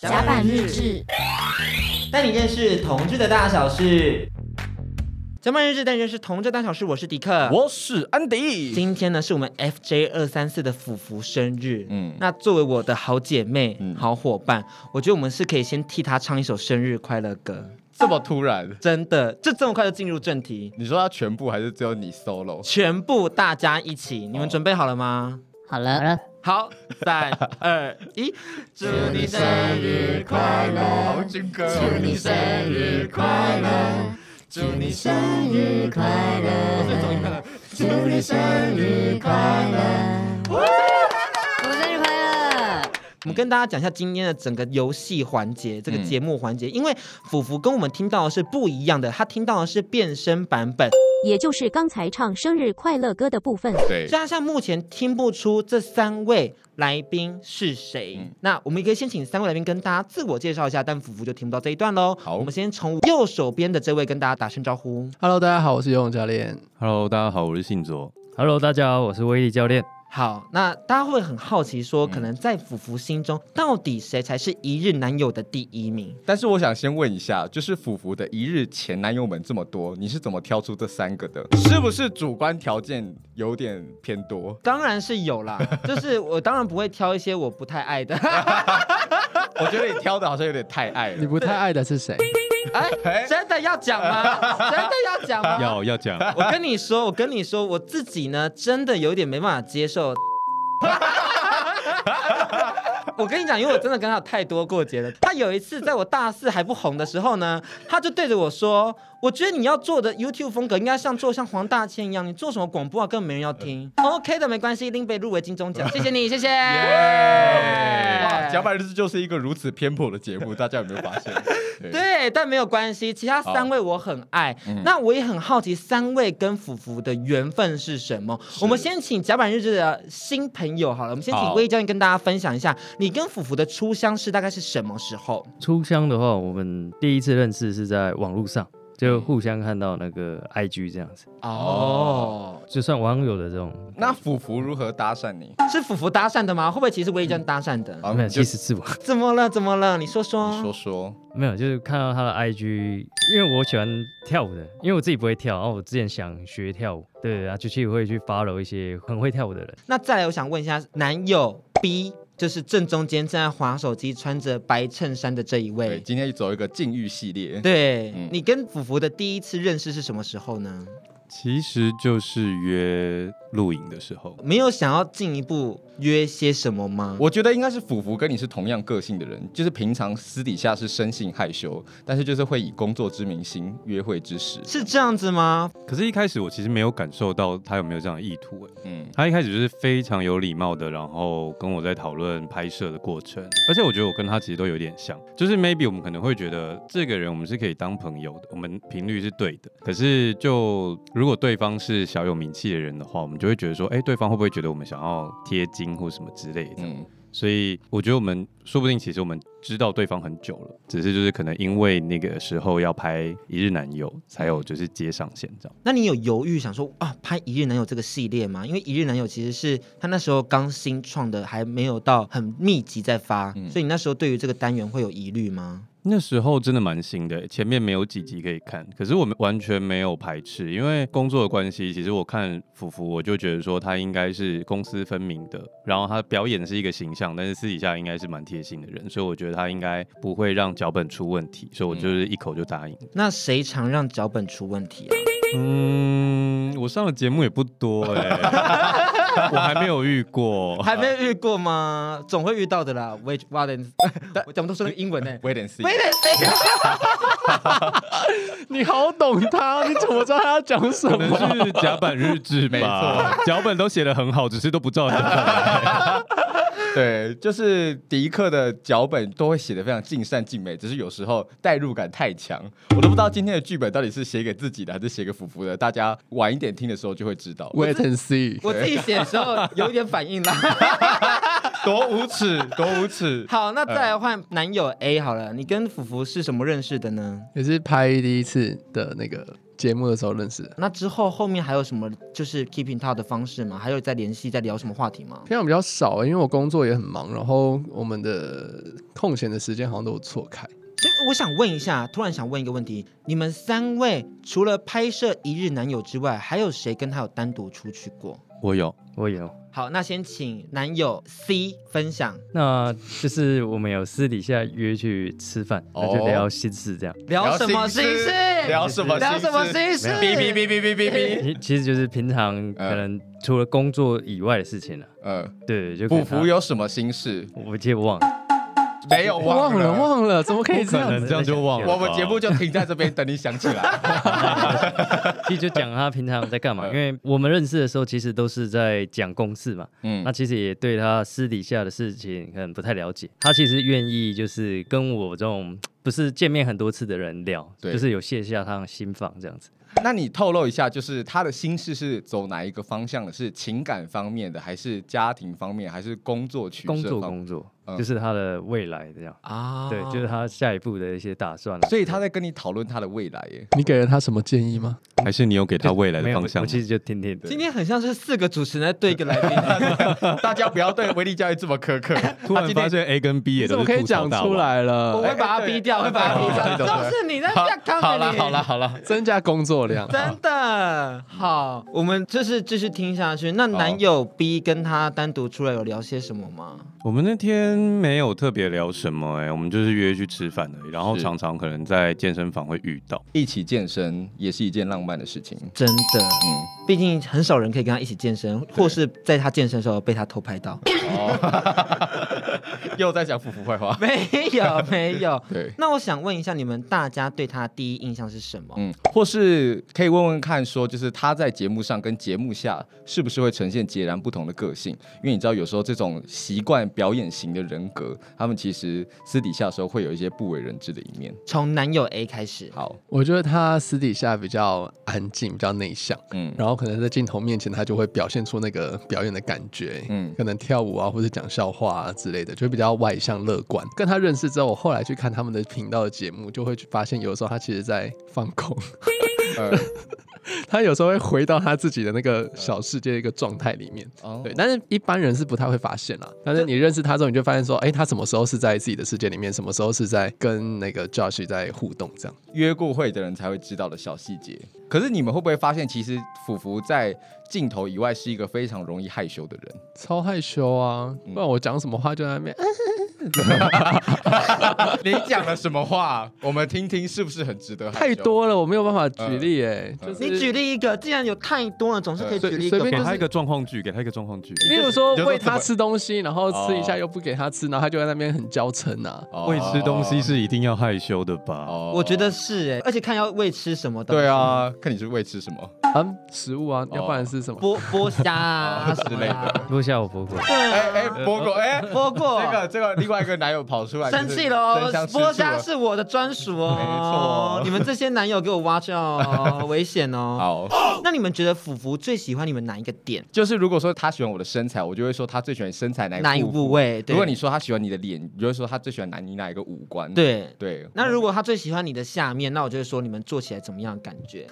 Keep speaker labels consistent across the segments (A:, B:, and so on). A: 甲板日志，
B: 带你认识同志的大小事。甲板日志带你认识同志大小事，我是迪克。
C: 我是安迪。
B: 今天呢是我们 FJ 二三四的福福生日，嗯
C: 嗯，
B: 那作为我的好姐妹、
C: 嗯
B: 好伙伴，我觉得我们是可以先替她唱一首生日快乐歌。
C: 这么突然，
B: 真的，这这么快就进入正题，
C: 你说他全部还是只有你 solo？
B: 全部大家一起，你们
C: 哦
B: 准备好了吗？
A: 好了，好了，
B: 好，三二一，祝你生日快乐！
C: 乐，好劲歌哦
A: 祝你生日快乐，
C: 祝你生
A: 生日快乐，祝你生日快乐，祝生日快乐。
B: 我们跟大家讲一下今天的整个游戏环节，
C: 嗯
B: 这个节目环节，因为福福跟我们听到的是不一样的，他听到的是变声版本，
D: 也就是刚才唱生日快乐歌的部分。
C: 对
B: 所以，他现在目前听不出这三位来宾是谁。
C: 嗯
B: 那我们也可以先请三位来宾跟大家自我介绍一下，但福福就听不到这一段喽。
C: 好
B: 我们先从右手边的这位跟大家打声招呼。
E: Hello，大家好，我是游泳教练。
F: Hello，大家好，我是信卓。
G: Hello，大家好，我是威力教练。
B: 好，那大家会很好奇说，可能在福福心中，到底谁才是一日男友的第一 名？？
C: 但是我想先问一下，就是福福的一日前男友们这么多，你是怎么挑出这三个的？是不是主观条件有点偏多
B: 当然是有啦，就是我当然不会挑一些我不太爱的。
C: 我觉得你挑的好像有点太爱
E: 你
C: 了。
E: 不太爱的是 谁？
C: 哎
B: 真的要讲 吗？真的要讲吗？
F: 要要讲，
B: 我跟你说，我跟你说，我自己呢，真的有点没办法接受。 我跟你讲，因为我真的跟他有太多过节了。他有一次在我大四还不红的时候呢，他就对着我说：“我觉得你要做的 YouTube 风格应该像做像黄大千一样，你做什么广播啊，根本没人要听。OK 的，没关系，拎被入围金钟奖，谢谢你，谢谢。
C: 哇，甲板日志就是一个如此偏颇的节目，大家有没有发现？对
B: 对，但没有关系，其他三位我很爱。
C: 嗯
B: 那我也很好奇，三位跟福福的缘分是什么？我们先请甲板日志的新朋友好了，我们先请
C: 好
B: 魏教练跟大家分享一下，你跟福福的初相识大概是什么时候？
G: 初相的话，我们第一次认识是在网络上，就互相看到那个 IG 这样子，
B: 哦，
G: 就算网友的这种，
C: 那福福如何搭讪你？
B: 是福福搭讪的吗？会不会其实魏教练搭讪的？
C: 好
G: 没有，
C: 你就
G: 其实是我
B: 怎么了？怎么了？你说说。
C: 嗯你说说，
G: 没有，就是看到他的 IG，因为我喜欢跳舞的，因为我自己不会跳，然后我之前想学跳舞，对，然后就去会去 follow 一些很会跳舞的人，
B: 那再来，我想问一下，男友 B 就是正中间正在划手机、穿着白衬衫的这一
C: 对，
B: 位。
C: 今天走一个禁欲系列，
B: 对、
C: 嗯
B: 你跟福福的第一次认识是什么时候呢？
F: 其实就是约录影的时候，
B: 没有想要进一步约些什么吗？
C: 我觉得应该是福福跟你是同样个性的人，就是平常私底下是生性害羞，但是就是会以工作之名行约会之实。
B: 是这样子吗？
F: 可是一开始我其实没有感受到他有没有这样的意图。哎，
C: 嗯，
F: 他一开始就是非常有礼貌的，然后跟我在讨论拍摄的过程，而且我觉得我跟他其实都有点像，就是 maybe 我们可能会觉得这个人我们是可以当朋友的，我们频率是对的。可是就如果对方是小有名气的人的话，我们就会觉得说，哎，对方会不会觉得我们想要贴金或什么之类的？
C: 嗯，
F: 所以我觉得我们说不定其实我们知道对方很久了，只是就是可能因为那个时候要拍《一日男友》，才有就是接上线这样。
B: 那你有犹豫想说啊，拍《一日男友》这个系列吗？因为《一日男友》其实是他那时候刚新创的，还没有到很密集在发，
C: 嗯
B: 所以你那时候对于这个单元会有疑虑吗？
F: 那时候真的蛮新的，前面没有几集可以看，可是我们完全没有排斥，因为工作的关系，其实我看福福，我就觉得说他应该是公私分明的，然后他表演是一个形象，但是私底下应该是蛮贴心的人，所以我觉得他应该不会让脚本出问题，所以我就是一口就答应。
B: 那谁常让脚本出问题啊？
F: 嗯，我上的节目也不多哎、我还没有遇过。
B: 还没有遇过吗？总会遇到的啦。Wait, what is？我讲不出那个英文呢、 欸。
C: Wait and see。
B: Wait and see
E: 你好懂他，你怎么知道他要讲什
F: 可
E: 么？
F: 能是甲板日志吧，脚本都写的很好，只是都不照着来。
C: 对，就是迪克的脚本都会写的非常尽善尽美，只是有时候代入感太强，我都不知道今天的剧本到底是写给自己的还是写给福福的。大家晚一点听的时候就会知道。
E: Wait and see，
B: 我自己写的时候有一点反应啦。
C: 多无耻，多无耻！
B: 好，那再来换男友 A 好了，你跟福福是什么认识的呢？
E: 也是拍第一次的那个节目的时候认识的。
B: 那之后后面还有什么就是 keep in touch 的方式吗？还有在联系、在聊什么话题吗？
E: 平常比较少、因为我工作也很忙，然后我们的空闲的时间好像都有错开。
B: 所以我想问一下，突然想问一个问题：你们三位除了拍摄《一日男友》之外，还有谁跟他有单独出去过？
F: 我有，
G: 我有。
B: 好，那先请男友 C 分享
G: 那就是我们有私底下约去吃饭，
C: 哦
G: 那就聊心事这样。
B: 聊什么心事？
C: 聊什么？
B: 聊什么？心事？
C: 哔哔哔哔哔哔哔。
G: 其其实就是平常可能除了工作以外的事情了、啊
C: 呃，
G: 对，就可
C: 不
G: 能
C: 服有什么心事？
G: 我记得忘了，
C: 没有
E: 忘
C: 了，
E: 了忘了，怎么可以这
F: 不可
E: 样
F: 能
E: 子？
F: 这样就忘了吧。
C: 我们节目就停在这边，等你想起 来。
G: 其实就讲他平常在干
C: 嗯
G: 嘛，因为我们认识的时候其实都是在讲公事嘛，
C: 嗯
G: 那，其实也对他私底下的事情可能不太了解。他其实愿意就是跟我这种不是见面很多次的人聊，
C: 对
G: 就是有卸下他的心防这样子。
C: 那你透露一下，就是他的心事是走哪一个方向的？是情感方面的，还是家庭方面，还是工作取
G: 工
C: 舍
G: 作
C: 方面？
G: 工作
C: 嗯
G: 就是他的未来这样。
B: 啊
G: 对，就是他下一步的一些打算啊
C: 所以他在跟你讨论他的未来耶。
E: 你给了他什么建议吗？
F: 还是你有给他未来
G: 没
F: 的
G: 有，
F: 方向
G: 我
F: 吗？
G: 其实就听听的。
B: 今天很像是四个主持人在对一个来宾，
C: 大家不要对威力教育这么苛刻。
F: 突然发现 A 跟 B 也
E: 你怎
F: 都
E: 么
F: 是
E: 可以
F: 吐槽
E: 讲
F: 大
E: 出
F: 王。
E: 来
B: 我
E: 了？哎
B: 会把他逼掉，会把他逼掉。都是你在这样看
C: 好了好了，好了，
E: 增加工作量。
B: 真的好，我们就是继续听下去。那男友 B 跟他单独出来有聊些什么吗？
F: 我们那天没有特别聊什么哎、我们就是约去吃饭而已，然后
C: 是
F: 常常可能在健身房会遇到。
C: 一起健身也是一件浪漫的事情。
B: 真的，
C: 嗯，
B: 毕竟很少人可以跟他一起健身，或是在他健身的时候被他偷拍到。
C: 哦 又在讲福福坏话。
B: 没 有，没有。
C: 对，
B: 那我想问一下，你们大家对他第一印象是什么？
C: 嗯，或是可以问问看，说就是他在节目上跟节目下是不是会呈现截然不同的个性？因为你知道，有时候这种习惯表演型的人格，他们其实私底下的时候会有一些不为人知的一面。
B: 从男友 A 开始，
C: 好，
E: 我觉得他私底下比较安静，比较内向，
C: 嗯
E: 然后可能在镜头面前，他就会表现出那个表演的感觉，
C: 嗯
E: 嗯，可能跳舞啊，或者讲笑话啊之类的，就比较外向乐观。跟他认识之后，我后来去看他们的频道的节目，就会去发现，有时候他其实在放空，
C: 呃，
E: 他有时候会回到他自己的那个小世界的一个状态里面。
C: 哦
E: 对，但是一般人是不太会发现啦。但是你认识他之后，你就发现说，哎，他什么时候是在自己的世界里面，什么时候是在跟那个 Josh 在互动这样。
C: 约过会的人才会知道的小细节。可是你们会不会发现，其实福福在镜头以外是一个非常容易害羞的人？
E: 超害羞啊！
C: 嗯
E: 不然我讲什么话就在那 边，
C: 你讲了什么话？我们听听，是不是很值得害羞？嗯
E: 太多了，我没有办法举例哎、就是
B: 你举例一个，既然有太多了，总是可以举例一
E: 随
B: 个
E: 便
F: 给
E: 就
B: 吧。
E: 是
F: 他一个状况剧，给他一个状况剧。
E: 例如说
C: 就是
E: 喂他吃东西，然后吃一下
C: 哦
E: 又不给他吃，然后他就在那边很娇嗔啊。
C: 哦
F: 会吃东西是一定要害羞的吧？
C: 哦
B: 我觉得是哎，而且看要喂吃什么东西。
C: 对，啊，看你是喂吃什么。
E: 啊，食物啊，要不然是什么？
B: 剥剥虾啊什么的。
G: 录下我婆婆，
C: 哎哎，波果哎，
B: 剥过，
C: 这个这个另外一个男友跑出来，
B: 生气了哦
C: 真香！吃醋
B: 剥虾
C: 了
B: 是我的专属哦，
C: 没错
B: 你们这些男友给我 watch 哦，危险哦。
C: 好，
B: 那你们觉得福福最喜欢你们哪一个点？
C: 就是如果说他喜欢我的身材，我就会说他最喜欢身材哪
B: 哪一
C: 一
B: 个部
C: 部
B: 位对
C: 如果你说他喜欢你的脸，你就会说他最喜欢哪你哪一个五官。
B: 对。
C: 对，
B: 那如果他最喜欢你的下面，那我就会说你们做起来怎么样的感 觉？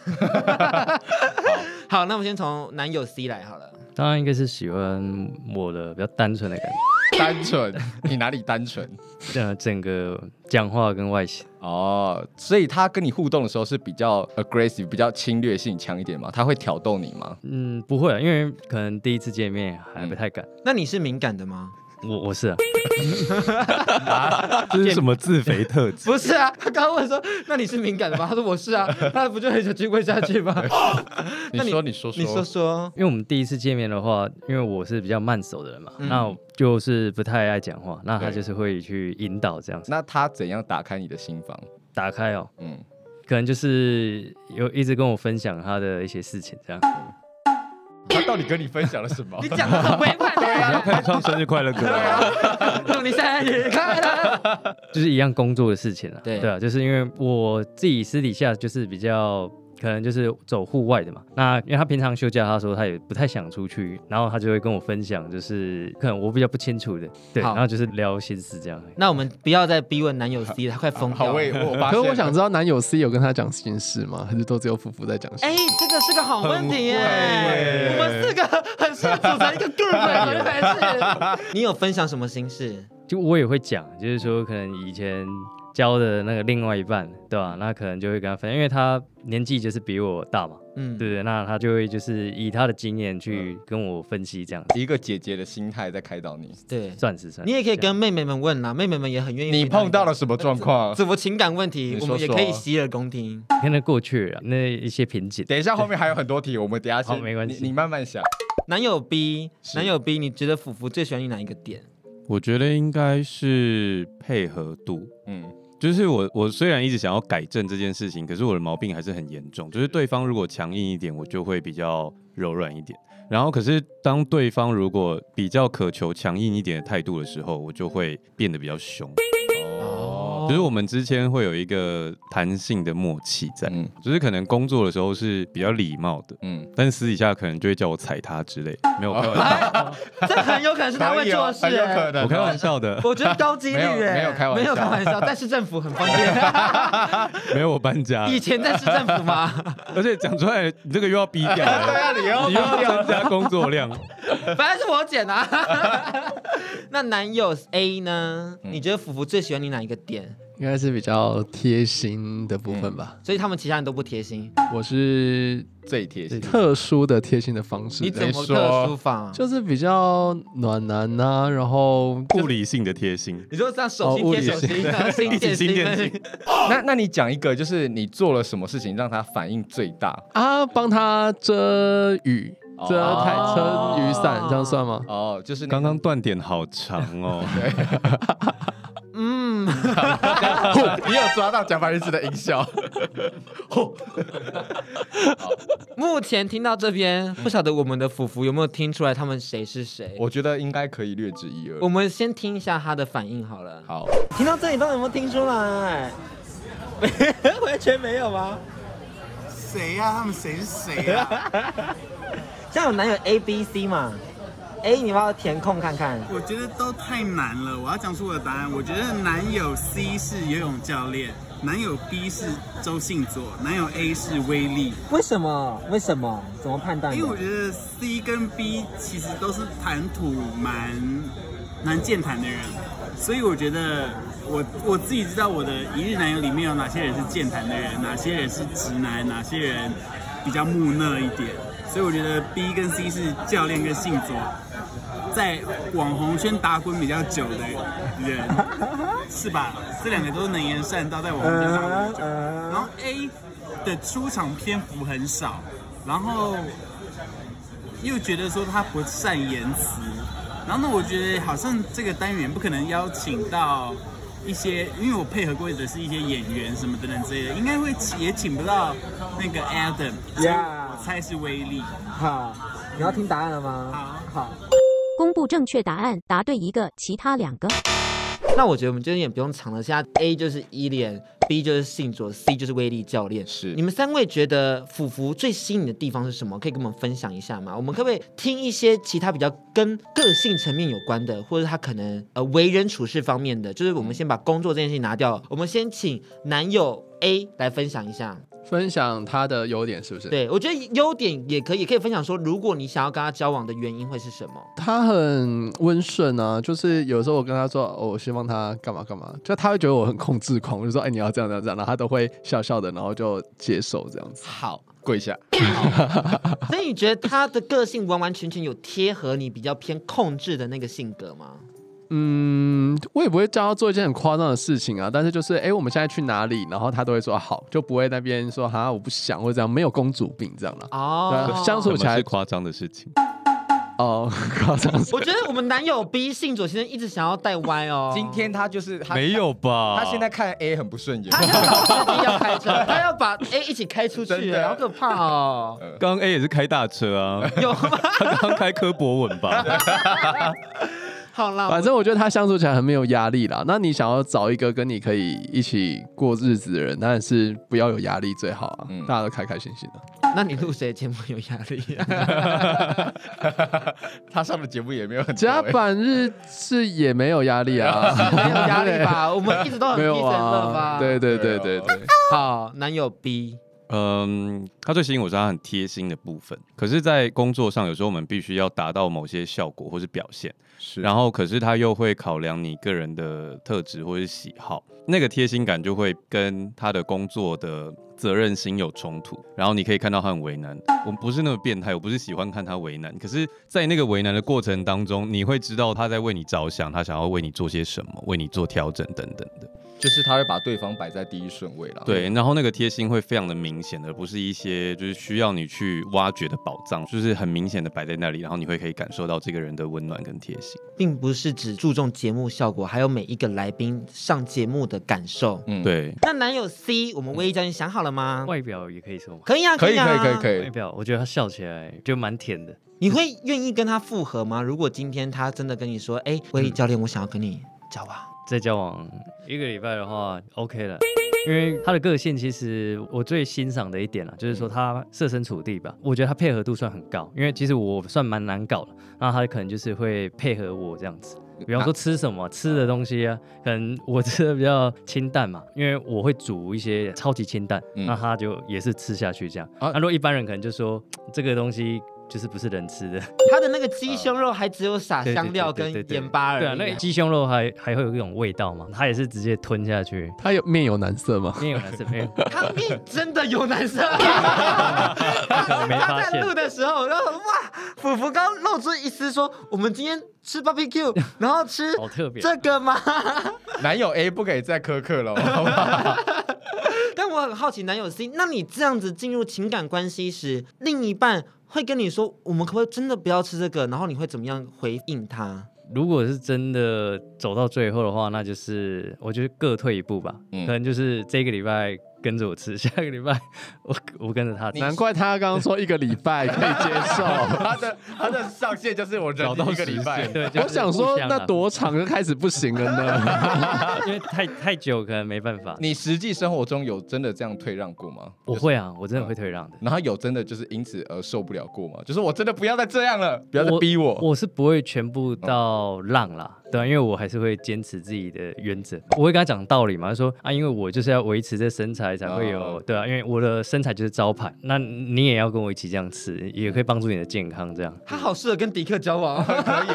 B: 好，那我们先从男友 C 来好了。
G: 当然应该是喜欢我的比较单纯的感觉，
C: 单纯，你哪里单纯？
G: 呃，整个讲话跟外形，
C: 哦，所以他跟你互动的时候是比较 aggressive，比较侵略性强一点嘛？他会挑逗你吗？
G: 嗯，不会啊，因为可能第一次见面还不
B: 嗯
G: 太敢。
B: 那你是敏感的吗？
G: 我我是啊，
F: 这是什么自肥特 质？
B: 不是啊，他刚刚问说，那你是敏感的吗？他说我是啊，那不就很想去问下去吗？那
C: 你说，你说
B: 你说 说，
G: 因为我们第一次见面的话，因为我是比较慢熟的人嘛，
B: 嗯
G: 那我就是不太爱讲话，那他
C: 对
G: 就是会去引导这样子，
C: 那他怎样打开你的心房？
G: 打开哦，
C: 嗯，
G: 可能就是有一直跟我分享他的一些事情这样。
C: 他到底跟你分享了什么
B: 你讲的很委婉
F: 要
B: 的，
F: 开始唱生日快乐歌啊，
B: 祝你生日快乐。
G: 就是一样工作的事情啊。
B: 对
G: 啊，就是因为我自己私底下就是比较可能就是走户外的嘛。那因为他平常休假，他说他也不太想出去，然后他就会跟我分享，就是可能我比较不清楚的，对，
B: 好
G: 然后就是聊心事这样。
B: 那我们不要再逼问男友 C，他快疯掉
C: 好，
B: 了。
C: 我也我发
E: 可
C: 现
E: 是我
C: 了
E: 想知道，男友 C 有跟他讲心事吗？还是都只有夫妇在讲？
B: 哎、
E: 事？
B: 这个是个好问题耶、
F: 很会
B: 我们四个很适合组成一个 group，是 你有分享什么心事？
G: 就我也会讲，就是说可能以前交的那个另外一半，对吧、那可能就会跟他分享，因为他年纪就是比我大嘛，
B: 嗯，
G: 对不对？那他就会就是以他的经验去跟我分析这样子，
C: 一个姐姐的心态在开导你，
B: 对，
G: 算是算是。
B: 你也可以跟妹妹们问啦，妹妹们也很愿意。
C: 你碰到了什么状况？
B: 什么情感问题
C: 你，
B: 我
C: 说
B: 们也
C: 说啊
B: 可以洗耳恭听。
G: 跟他过去了那一些瓶颈，
C: 等一下，后面还有很多题，我们等一下
G: 好
C: 先，
G: 没关系
C: 你你慢慢想。
B: 男友 B，
C: 是
B: 男友 B，你觉得福福最喜欢你哪一个点？
F: 我觉得应该是配合度。
C: 嗯，
F: 就是我，我虽然一直想要改正这件事情，可是我的毛病还是很严重。就是对方如果强硬一点，我就会比较柔软一点。然后，可是当对方如果比较渴求强硬一点的态度的时候，我就会变得比较凶。
C: 哦
F: 就是我们之间会有一个弹性的默契在，
C: 嗯
F: 就是可能工作的时候是比较礼貌的，
C: 嗯，
F: 但私底下可能就会叫我踩他之类的。没有，我 开玩笑，
B: 哎这很有可能是他会做的事
C: 很有很有可
B: 欸。
C: 能，
F: 我开玩笑的，
B: 我觉得高几率欸
C: 没有没有开玩
B: 没
C: 笑
B: 有开玩笑，在市政府很方 便。
F: 没有我搬家了，
B: 以前在市政府吗？
F: 而且讲出来你这个又要逼掉了，
C: 对啊，你
F: 你
C: 又
F: 又要增加工作量。
B: 反正是我剪啊。 那男友 A 呢？你觉得福福最喜欢你哪一个点？
E: 应该是比较贴心的部分吧。
B: 所以他们其他人都不贴心，
E: 嗯我是
C: 最贴心。
E: 特殊的贴心的方式
B: 你
E: 在，
B: 怎么
C: 说
B: 特殊法？
E: 就是比较暖男呐、然后
F: 物理性的贴心。
B: 你说这样手
E: 哦
B: 心
E: 物
B: 贴
E: 理
B: 手心，然后心
F: 一
B: 贴
F: 起心
B: 心啊
F: 电心
C: 那那你讲一个，就是你做了什么事情让他反应最大？
E: 啊，帮他遮雨、
C: 哦
E: 遮太撑雨伞，这样算吗？
C: 哦，就是那
F: 刚刚断点好长哦，
B: 嗯，
C: 你有抓到假发日志的音效，
B: 目前听到这边，不晓得我们的福福有没有听出来他们谁是谁？
C: 我觉得应该可以略知一二
B: 我。们先听一下他的反应好了。
C: 好，
B: 听到这里，到底有没有听出来？ 完全没有吗？
H: 谁呀、他们谁是谁呀、
B: 像有男友 A、B、C 嘛？A，你要不要填空看看？
H: 我觉得都太难了，我要讲出我的答案。我觉得男友 C 是游泳教练，男友 B 是周信佐，男友 A 是威力。
B: 为什么？为什么？怎么判断的？
H: 因为我觉得 C 跟 B 其实都是谈吐蛮蛮健谈的人，所以我觉得我我自己知道我的一日男友里面有哪些人是健谈的人，哪些人是直男，哪些人比较木讷一点，所以我觉得 B 跟 C 是教练跟信佐在网红圈打滚比较久的人，是吧？这两个都能言善道，在网红圈打滚比较久。然后 A 的出场篇幅很少，然后又觉得说他不善言辞，然后呢，我觉得好像这个单元不可能邀请到一些，因为我配合过的是一些演员什么等等之类的，应该会请也请不到那个 Adam，所以
B: Yeah
H: 我猜是威力。
B: 好，你要听答案了吗？好，
D: 公布正确答案，答对一个，其他两个。
B: 那我觉得我们今天也不用藏了，现在 A 就是依恋，B 就是信卓，C 就是威力教练。
C: 是
B: 你们三位觉得福福最吸引你的地方是什么？可以跟我们分享一下吗？我们可不可以听一些其他比较跟个性层面有关的，或者他可能呃为人处事方面的？就是我们先把工作这件事情拿掉，我们先请男友 A 来分享一下。
E: 分享他的优点是不是？
B: 对我觉得优点也可以，也可以分享说，如果你想要跟他交往的原因会是什么？
E: 他很温顺啊，就是有时候我跟他说，哦，我希望他干嘛干嘛，就他会觉得我很控制狂，我就说，哎，你要这样这样这样，然后他都会笑笑的，然后就接受这样子。
C: 好，跪下。
B: 所以你觉得他的个性完完全全有贴合你比较偏控制的那个性格吗？
E: 嗯，我也不会叫他做一件很夸张的事情啊，但是就是，哎，我们现在去哪里，然后他都会说啊好，就不会那边说哈我不想或者这样，没有公主病这样啦。
B: 哦
E: 对，相
F: 什
E: 处
F: 么
E: 起来
F: 是夸张的事情？
E: 哦， 夸张
B: 我觉得我们男友 B 信左先生一直想要带歪哦。
C: 今天他就是他
F: 没有吧？
C: 他现在看 A 很不顺眼。
B: 他 要把司机要开车，他要把 A 一起开出
C: 真
B: 去，
C: 的呃
B: 好可怕哦。
F: 刚刚 A 也是开大车啊，
B: 有吗？
F: 他刚刚开科博文吧？
B: 好啦，
E: 反正我觉得他相处起来很没有压力啦。那你想要找一个跟你可以一起过日子的人，当然是不要有压力最好啊，
C: 嗯
E: 大家都开开心心的。
B: 那你录谁节目有压力、啊
C: 他上的节目也没有 很多
E: 甲
C: 欸
E: 板日是也没有压力啊，
B: 没有压力吧？ 我们一直都很
E: 没
B: peace
E: 有
B: and love
E: 啊，
B: 吧？
E: 对对对对对，
B: 好，男友 B，
F: 嗯，他最吸引我是他很贴心的部分。可是，在工作上，有时候我们必须要达到某些效果或是表现，
C: 是
F: 然后可是他又会考量你个人的特质或是喜好，那个贴心感就会跟他的工作的责任心有冲突。然后你可以看到他很为难，我不是那么变态，我不是喜欢看他为难，可是，在那个为难的过程当中，你会知道他在为你着想，他想要为你做些什么，为你做调整等等的。
C: 就是他会把对方摆在第一顺位了。
F: 对，然后那个贴心会非常的明显的，而不是一些就是需要你去挖掘的宝藏，就是很明显的摆在那里，然后你会可以感受到这个人的温暖跟贴心。
B: 并不是只注重节目效果，还有每一个来宾上节目的感受。
C: 嗯，
F: 对，
B: 那男友 C，我们微教你想好了吗？
G: 外表也可以说嘛，
B: 可以啊，
C: 可以，
B: 以啊
C: 可以，可以，可
G: 外
C: 以。
G: 表我觉得他笑起来就蛮甜的，
B: 你会愿意跟他复合吗？如果今天他真的跟你说，哎、威力教练，我想要跟你交往，
G: 在交往一个礼拜的话，OK 了。因为他的个性，其实我最欣赏的一点啊，就是说他设身处地吧，我觉得他配合度算很高。因为其实我算蛮难搞的，那他可能就是会配合我这样子。比方说吃什么吃的东西啊，可能我吃的比较清淡嘛，因为我会煮一些超级清淡，
C: 嗯
G: 那他就也是吃下去这样。
E: 啊
G: 那如果一般人可能就说嗯这个东西就是不是人吃的，
B: 他的那个鸡胸肉还只有撒香料跟
G: 对对对对对
B: 盐巴而已。
G: 对啊，那个鸡胸肉还还会有一种味道嘛，他也是直接吞下去。
E: 他有面有难色吗？
G: 因为有男生没有，
B: 他面真的有男生，
G: 没
B: 他
G: 发
B: 在
G: 现
B: 录的时候，然后哇，福福刚露出一丝说，我们今天吃 barbecue，然后吃
G: 好特别。
B: 这个吗？
C: 男友 A 不可以再苛刻了，好不好
B: 但我很好奇，男友 C，那你这样子进入情感关系时，另一半会跟你说，我们可不可以真的不要吃这个？然后你会怎么样回应他？
G: 如果是真的走到最后的话，那就是我觉得各退一步吧，
C: 嗯
G: 可能就是这个礼拜跟着我吃， 下个礼拜我我跟着他吃。
E: 难怪他刚刚说一个礼拜可以接 受。
C: 他的他的上限就是我忍
F: 找到
C: 一个礼拜。
G: 对，就是
E: 我想说
G: 互，相啊
E: 那多长就开始不行了 呢？
G: 因为太太久可能没办法。
C: 你实际生活中有真的这样退让过吗？
G: 我会啊，我真的会退让的。
C: 然后有真的就是因此而受不了过吗？就是我真的不要再这样了，不要再逼我。
G: 我是不会全部到浪啦，对啊、因为我还是会坚持自己的原则。我会跟他讲道理嘛，就说啊，因为我就是要维持这身材才会有，
C: 哦
G: 对啊，因为我的身材就是招牌，那你也要跟我一起这样吃，也可以帮助你的健康。这样，
B: 他好适合跟迪克交 往，可 以。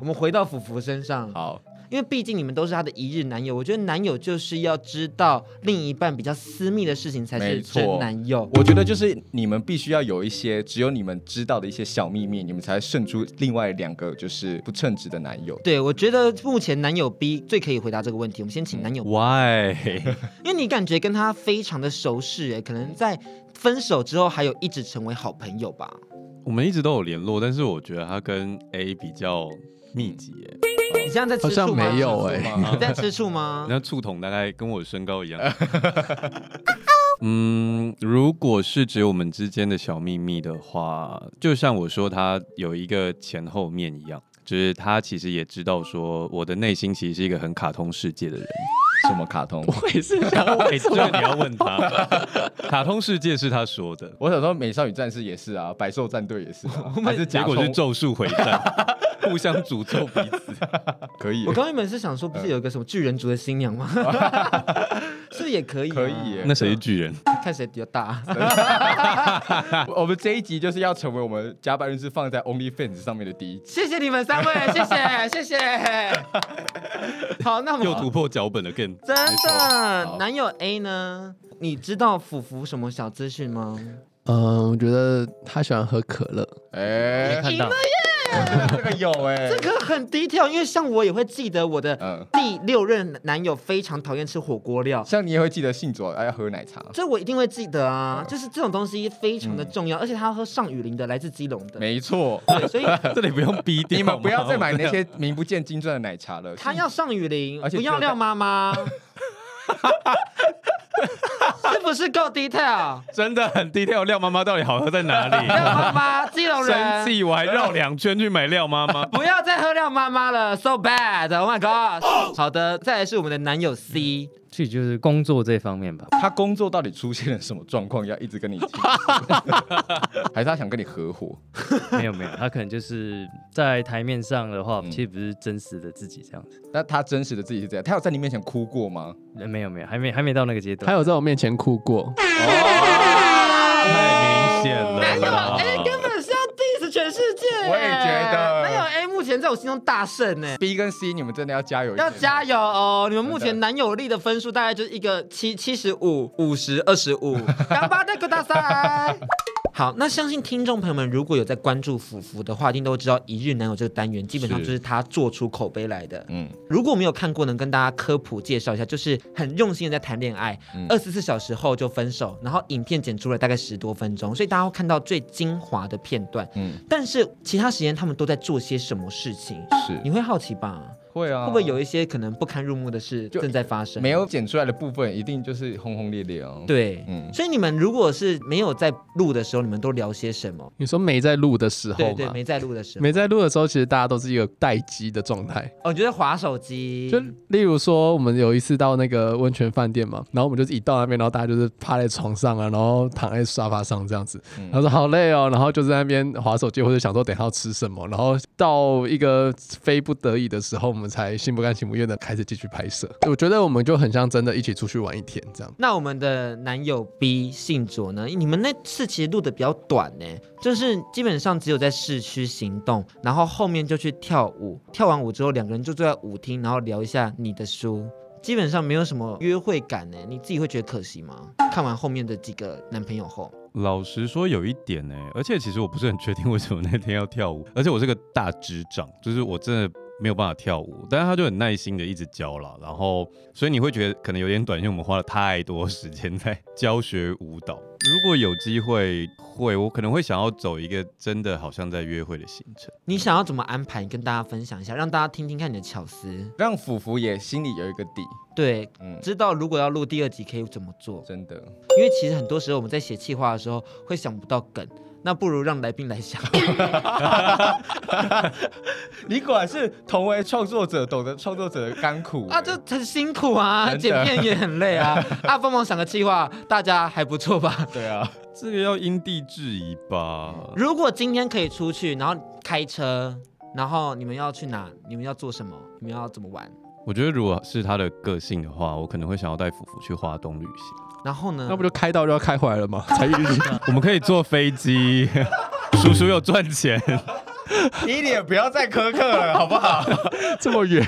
B: 我们回到福福身上，
C: 好，
B: 因为毕竟你们都是他的一日男友，我觉得男友就是要知道另一半比较私密的事情才是
C: 没错
B: 真男友。
C: 我觉得就是你们必须要有一些只有你们知道的一些小秘密，你们才胜出另外两个就是不称职的男友。
B: 对，我觉得目前男友 B 最可以回答这个问题。我们先请男友
C: 嗯
F: Why？
B: 因为你感觉跟他非常的熟识，哎，可能在分手之后还有一直成为好朋友吧。
F: 我们一直都有联络，但是我觉得他跟 A 比较密集耶。
B: 你现在在
E: 好
B: 吃醋
E: 像
B: 吗？
E: 没有哎、
B: 你在吃醋 吗？
C: 嗯
F: 那触筒大概跟我身高一样。 嗯，如果是只有我们之间的小秘密的话，就像我说，他有一个前后面一样，就是他其实也知道说我的内心其实是一个很卡通世界的人。
C: 什么卡通？
E: 我也是想问，
F: 哎、这个你要问他，卡通世界是他说的，
C: 我想说，美少女战士也是啊，百兽战队也是、啊，
F: 还是结果是咒术回 战，互相诅咒彼此。
C: 可以耶
B: 我，刚原本是想说，不是有一个什么巨人族的新娘 吗？是不是也可以、啊？
C: 可以耶。 啊
F: 那谁是巨人？
B: 看谁比较大。
C: 我们这一集就是要成为我们加班日志放在 OnlyFans 上面的第一集。
B: 谢谢你们三位，谢谢谢谢。好，那我
F: 又突
B: 们
F: 破脚本的 game。
B: 真的
C: 好
B: 男友 A 呢？你知道福福什么小资讯吗？
E: 嗯，我觉得他喜欢喝可乐，
C: 哎、
G: 没看到，
C: 这个有哎、
B: 这个很低调，因为像我也会记得我的
C: 嗯，
B: 第六任男友非常讨厌吃火锅料，
C: 像你也会记得信卓哎要喝奶茶，
B: 这我一定会记得啊。
C: 哦
B: 就是这种东西非常的重要，而且他要喝上雨林的，来自基隆的，
C: 嗯没错。
B: 对，所以
F: 这里不用逼掉
C: 你
F: 吗，
C: 们不要再买那些名不见经传的奶茶了。
B: 他要上雨林，
C: 而且
B: 不
C: 只有
B: 要
C: 在
B: 廖妈妈。是不不是够 detail？
F: 真的很低调。廖妈妈到底好喝在哪
B: 廖妈
F: 里？
B: 妈，基隆
F: 生
B: 人，。
F: 气，我还绕两圈去买廖妈妈
B: 不要再喝廖妈妈了，so bad，Oh my god！好的，再来是我们的男友 C，
G: 这就是工作这方面吧。
C: 他工作到底出现了什么状况，要一直跟你提？还是他想跟你合伙？
G: 没有没有，他可能就是在台面上的话，
C: 嗯
G: 其实不是真实的自己这样子。
C: 那他真实的自己是怎样？他有在你面前哭过吗？
G: 呃没有没有，还没还没到那个阶
E: 他
G: 段。
E: 有在我面前哭过，
F: 太明显了
B: 男友
F: 啦。
B: A 哎根本是要 diss 全世界耶，
C: 哎我也觉得
B: 男友 A 目前在我心中大胜呢。
C: B 跟 C，你们真的要加油！
B: 要加！油哦！你们目
C: 真
B: 前男友力的分数大概就是一个七七十五、五十、二十五，干巴的个大赛。 好，那相信听众朋友们如果有在关注福福的话，一定都知道一日男友这个单元基本上就是他做出口碑来的。
C: 嗯，
B: 如果没有看过，能跟大家科普介绍一下，就是很用心的在谈恋爱，
C: 嗯
B: 二十四小时后就分手，然后影片剪出了大概十多分钟，所以大家会看到最精华的片段。嗯
C: 嗯，
B: 但是其他时间他们都在做些什么事情，
C: 是
B: 你会好奇吧？
C: 会啊，
B: 会不会有一些可能不堪入目的事
C: 就
B: 正在发生？
C: 没有剪出来的部分，一定就是轰轰烈烈哦。，
B: 对，
C: 嗯
B: 所以你们如果是没有在录的时候，你们都聊些什么？
E: 你说没在录的时候
B: 对
E: 吗？
B: 对，没在录的时候，
E: 没在录的时候，其实大家都是一个待机的状态。
B: 哦，你就在划手机，
E: 就例如说，我们有一次到那个温泉饭店嘛，然后我们就是一到那边，然后大家就是趴在床上啊，然后躺在沙发上这样子，然后说好累哦，然后就在那边划手机或者想说等一下要吃什么，然后到一个非不得已的时候，我们才心不甘情不愿的开始继续拍摄。我觉得我们就很像真的一起出去玩一天这样。
B: 那我们的男友 B 信卓呢？你们那次其实录的比较短呢，就是基本上只有在市区行动，然后后面就去跳舞，跳完舞之后两个人就坐在舞厅，然后聊一下你的书。基本上没有什么约会感呢，你自己会觉得可惜吗？看完后面的几个男朋友后，
F: 老实说，有一点呢、而且其实我不是很确定为什么那天要跳舞，而且我是个大智障，就是我真的没有办法跳舞，但是他就很耐心的一直教了，然后所以你会觉得可能有点短，因为我们花了太多时间在教学舞蹈。如果有机会会，我可能会想要走一个真的好像在约会的行程。
B: 你想要怎么安排？你跟大家分享一下，让大家听听看你的巧思。
C: 让福福也心里有一个底。
B: 对，
C: 嗯，
B: 知道如果要录第二集可以怎么做，
C: 真的，
B: 因为其实很多时候我们在写企划的时候会想不到梗，那不如让来宾来想。
C: 你果然是同为创作者，懂得创作者的甘苦 欸
B: 啊，这很辛苦啊，
C: 真
B: 剪
C: 的
B: 片也很累 啊。啊，帮忙想个计划，大家还不错吧？
C: 对啊，
F: 这个要因地制宜吧。
B: 如果今天可以出去，然后开车，然后你们要去哪？你们要做什么？你们要怎么玩？
F: 我觉得如果是他的个性的话，我可能会想要带福福去花东旅行。
B: 然后呢？
E: 那不就开到就要开回来了吗？才一 日
F: 我们可以坐飞 机，叔叔有赚钱。
C: 你也不要再苛刻了，好不好？
E: 这么远，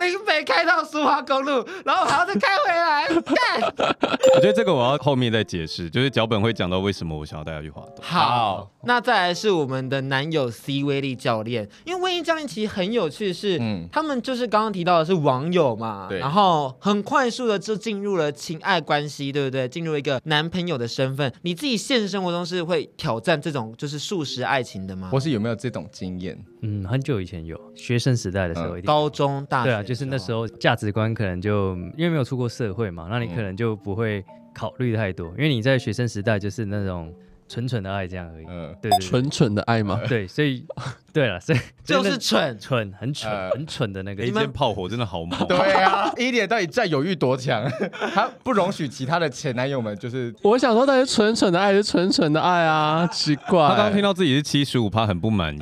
B: 林北开到苏花公路，然后还要再开回来，干！
F: 我觉得这个我要后面再解释，就是脚本会讲到为什么我想要带他去滑动。
B: 好，那再来是我们的男友 C 威力教练，因为威力教练其实很有趣是，
C: 嗯
B: 他们就是刚刚提到的是网友嘛，
C: 对
B: 然后很快速的就进入了情爱关系，对不对？进入一个男朋友的身份，你自己现实生活中是会挑战这种就是素食爱情的吗？
C: 或是有没有这种经验？
G: 嗯，很久以前有学生时代的时
C: 嗯
G: 候一定。
B: 高中、大学
G: 对啊，就是那时候价值观可能就因为没有出过社会嘛，那你可
C: 嗯
G: 能就不会考虑太多，因为你在学生时代就是那种纯纯的爱这样而已。
C: 嗯，
G: 对对对
E: 蠢蠢的爱吗？
G: 对，所以 对了，所以
B: 就是蠢。
G: 蠢，很蠢，
C: 呃
G: 很蠢的那个
F: 一。间炮火真的好猛，
C: 对啊， 伊莲到底占有欲多强？ 她不容许其他的前男友们就是
E: 我想说，那些蠢蠢的爱是蠢蠢的爱啊，奇怪。
F: 他刚刚听到自己是七十五趴，很不满意，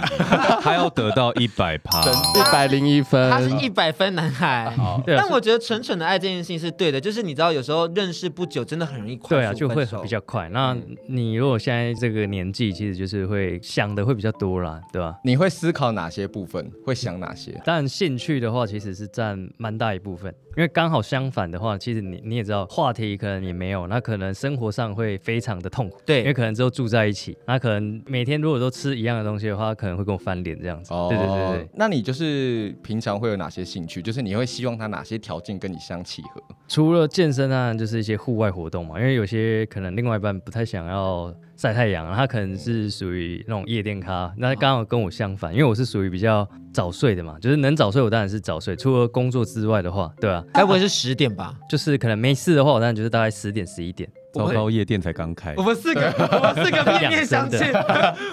F: 他要得到一百趴。
E: 一百零一分，
B: 他是一百分男孩，
G: 对啊
B: 但我觉得蠢蠢的爱这件事情是对的，就是你知道，有时候认识不久，真的很容易快速
G: 对啊，就会
B: 分手嗯
G: 比较快。那你如果现在这个年纪，其实就是会想的会比较多啦，对吧、
C: 你会思考哪些部分，会想哪些？
G: 但兴趣的话，其实是占蛮大一部分，因为刚好相反的话，其实你你也知道，话题可能也没有，那可能生活上会非常的痛苦，
B: 对
G: 因为可能之后住在一起，那可能每天如果都吃一样的东西的话，可能会跟我翻脸这样
C: 哦
G: 子。对对对对，
C: 那你就是平常会有哪些兴趣？就是你会希望他哪些条件跟你相契合？
G: 除了健身啊，就是一些户外活动嘛，因为有些可能另外一半不太想要晒太阳，他可能是属于那种夜店咖，那刚好跟我相反，因为我是属于比较早睡的嘛，就是能早睡我当然是早睡，除了工作之外的话，对啊，
B: 该不会是十点吧？
G: 就是可能没事的话，我当然就是大概十点十一点。
F: 糟糕，夜店才刚开
B: 我。们四个，我们四个面面相觑，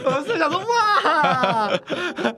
B: 我们四个想说哇，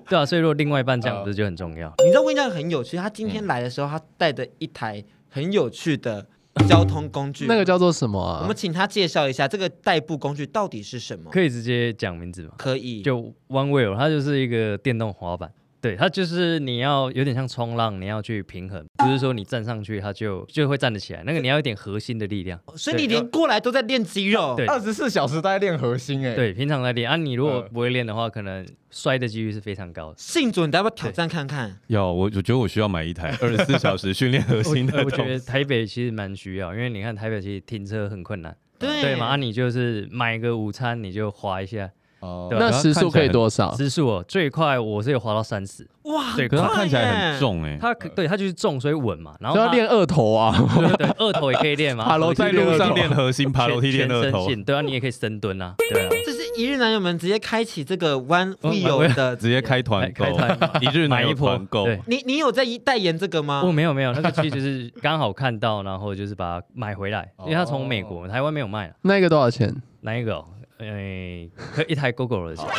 G: 对啊，所以如果另外一半这样，不是就很重要？
B: 你知道温教练很有趣，他今天来的时候，他带的一台很有趣的交通工具，
E: 那个叫做什么
B: 我
E: 啊
B: 们？请他介绍一下这个代步工具到底是什么？
G: 可以直接讲名字吗？
B: 可以，
G: 就 One Wheel，它就是一个电动滑板。对，它就是你要有点像冲浪，你要去平衡，不是说你站上去它就就会站得起来，那个你要有点核心的力量。
B: 所以你连过来都在练肌肉，
G: 对
C: 二十四小时都在练核心哎、，
G: 对，平常在练啊，你如果
C: 呃
G: 不会练的话，可能摔的几率是非常高的。
B: 信主，你要不要挑战看看？
F: 要我，我觉得我需要买一台二十四小时训练核
G: 我呃
F: 心的
G: 我觉
F: 东
G: 得
F: 西。
G: 台北其实蛮需要，因为你看台北其实停车很困难，
B: 对
G: 对嘛？啊，你就是买个午餐你就滑一下，
C: 哦、
G: 对吧
E: 那时速可以多
F: 啊
E: 少？
G: 时速哦，最快我是有滑到三十，
B: 哇，
G: 对
F: 可是
B: 很
F: 它
B: 快
F: 看起来
B: 耶
F: 很，重哎、
G: 它可对它就是重所以稳嘛，然后
E: 就要
G: 它
E: 练二头啊！
G: 对对，二头也可以练 嘛，
E: 爬楼
G: 核
E: 梯
G: 心
F: 在路上练核心，爬楼梯练二头
G: 全身，性对啊，你也可以深蹲啊，对啊，
B: 这是一日男友们直接开启这个 One
G: 嗯
B: Wheel 的
F: 直接开团购
G: 开开团，
F: 一日
G: 买
F: 男
G: 一
F: 友
G: 波
F: 团购。
G: 对
B: 你你有在一代言这个吗？
G: 哦，没有没有，那个其实就是刚好看到，然后就是把它买回来，因为它从美
F: 哦
G: 国、台湾没有卖啊，
E: 那个多少钱？
G: 哪一个、哦？哎，可一台 GoGo 的钱，
C: 哦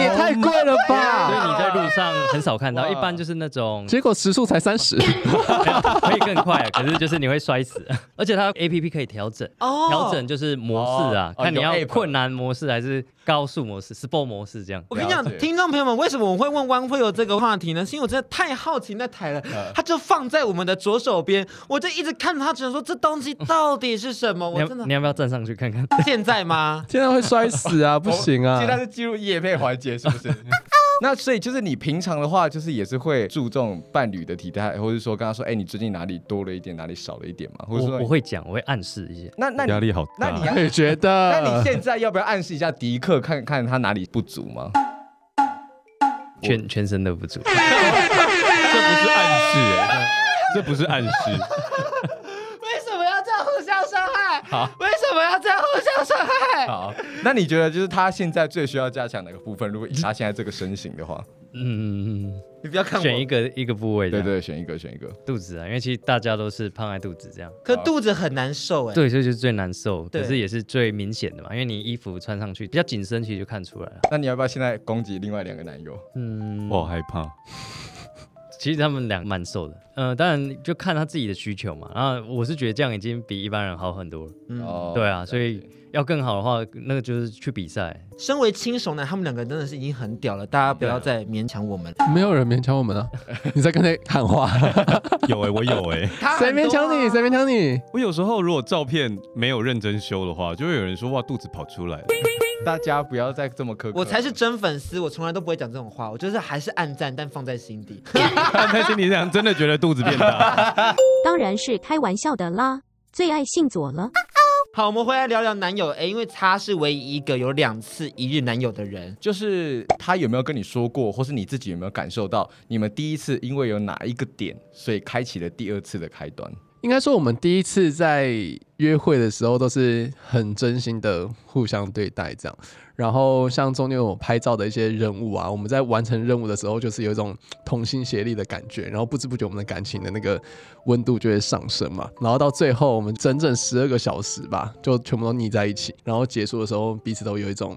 E: 也太贵了
G: 所以
E: 吧！
G: 你在路上很少看到，
C: 哇
G: 一般就是那种
E: 结果时速才 三十，
G: 可以更快，可是就是你会摔死， 而且它 A P P 可以调整。
B: 哦，
G: 调整就是模式啊，
C: 哦
G: 看你
C: 有
G: 要
C: app
G: 困难模式还是高速模式、sport 模式这样。
B: 我跟你讲
C: 了解，
B: 听众朋友们，为什么我会问汪会有这个话题呢？是因为我真的太好奇那台了，
G: 啊
B: 它就放在我们的左手边，我就一直看着它，只能说这东西到底是什么？
G: 你
B: 我
G: 要
B: 真的
G: 你要不要站上去看看？
B: 现在吗？
E: 现在会摔死啊！不行啊！
C: 现在是进入夜配环节，是不是？ 那所以就是你平常的话，就是也是会注重伴侣的体态，或者说跟他说，哎、你最近哪里多了一点，哪里少了一点嘛？或者说
G: 我
C: 你
G: 我会讲，我会暗示一些。
C: 那那你
F: 压力好
C: 那你
F: 大。
C: 要
E: 我也觉得，
C: 那你现在要不要暗示一下迪克，看看他哪里不足 吗？
G: 全全身都不足。
F: 这不是暗示哎、这不是暗 示。
B: 为什么要这样互相伤害？为什么要这样互相伤害？
C: 好，那你觉得就是他现在最需要加强哪个部分？如果以他现在这个身形的话，
G: 嗯嗯
B: 你不要看
G: 嗯，选一
B: 我，
G: 个一个部位，
C: 对，对，选一个，选一个。
G: 肚子啊，因为其实大家都是胖在肚子这样。
B: 可肚子很难受哎。
G: 对，这就是最难受，
B: 对
G: 可是也是最明显的嘛，因为你衣服穿上去比较紧身，其实就看出来了。
C: 那你要不要现在攻击另外两个男友？
G: 嗯，
F: 我好害怕，
G: 其实他们俩蛮瘦的，嗯、当然就看他自己的需求嘛。然后我是觉得这样已经比一般人好很多了。
B: 嗯，
C: 哦，
G: 对啊，所以要更好的话，那个就是去比赛。
B: 身为亲熟男，他们两个真的是已经很屌了，大家不要再勉强我们。
E: 没有人勉强我们啊！你在跟谁 喊话？
F: 有哎、我有哎、
G: 啊
B: 他
E: 谁
B: 很多
E: 勉强你？谁勉强你？
F: 我有时候如果照片没有认真修的话，就会有人说哇肚子跑出 来了。
C: 大家不要再这么苛刻。
B: 我才是真粉丝，我从来都不会讲这种话，我就是还是暗赞，但放在心 底。
F: 但在心里想，真的觉得肚子变 大。
D: 当然是开玩笑的啦，最爱信左了。
B: 好，我们回来聊聊男友。哎，因为他是唯一一个有两次一日男友的人。
C: 就是他有没有跟你说过，或是你自己有没有感受到，你们第一次因为有哪一个点，所以开启了第二次的开端？
E: 应该说，我们第一次在约会的时候都是很真心的互相对待这样。然后像中间我拍照的一些任务啊，我们在完成任务的时候，就是有一种同心协力的感觉。然后不知不觉，我们的感情的那个温度就会上升嘛。然后到最后，我们整整十二个小时吧，就全部都腻在一起。然后结束的时候，彼此都有一种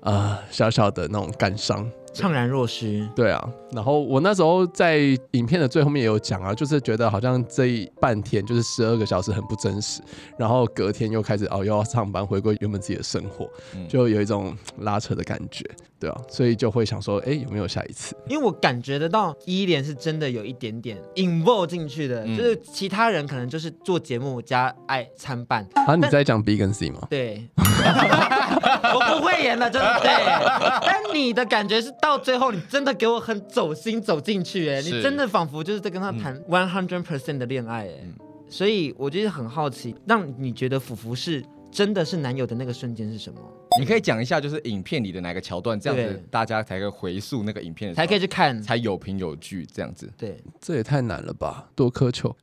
E: 啊、呃小小的那种感伤。
B: 怅然若失，
E: 对啊，然后我那时候在影片的最后面也有讲啊，就是觉得好像这一半天就是十二个小时很不真实，然后隔天又开始哦又要上班，回归原本自己的生活，就有一种嗯拉扯的感觉，对啊，所以就会想说，哎，有没有下一次？
B: 因为我感觉得到依恋是真的有一点点 involve 进去的，
C: 嗯
B: 就是其他人可能就是做节目加爱参半，
E: 啊，你在讲 B 跟 C 吗？
B: 对， 我不会演了，真的对。但你的感觉是到最后，你真的给我很走心走进去，哎，你
C: 是嗯
B: 真的仿佛就是在跟他谈 one hundred percent 的恋爱，哎、所以我就是很好奇，让你觉得福福是真的是男友的那个瞬间是什么，
C: 你可以讲一下，就是影片里的哪个桥段，这样
B: 对
C: 子大家才可以回溯那个影片的时候，
B: 才可以去看。
C: 才有凭有据这样子。
B: 对，
E: 这也太难了吧，多苛求。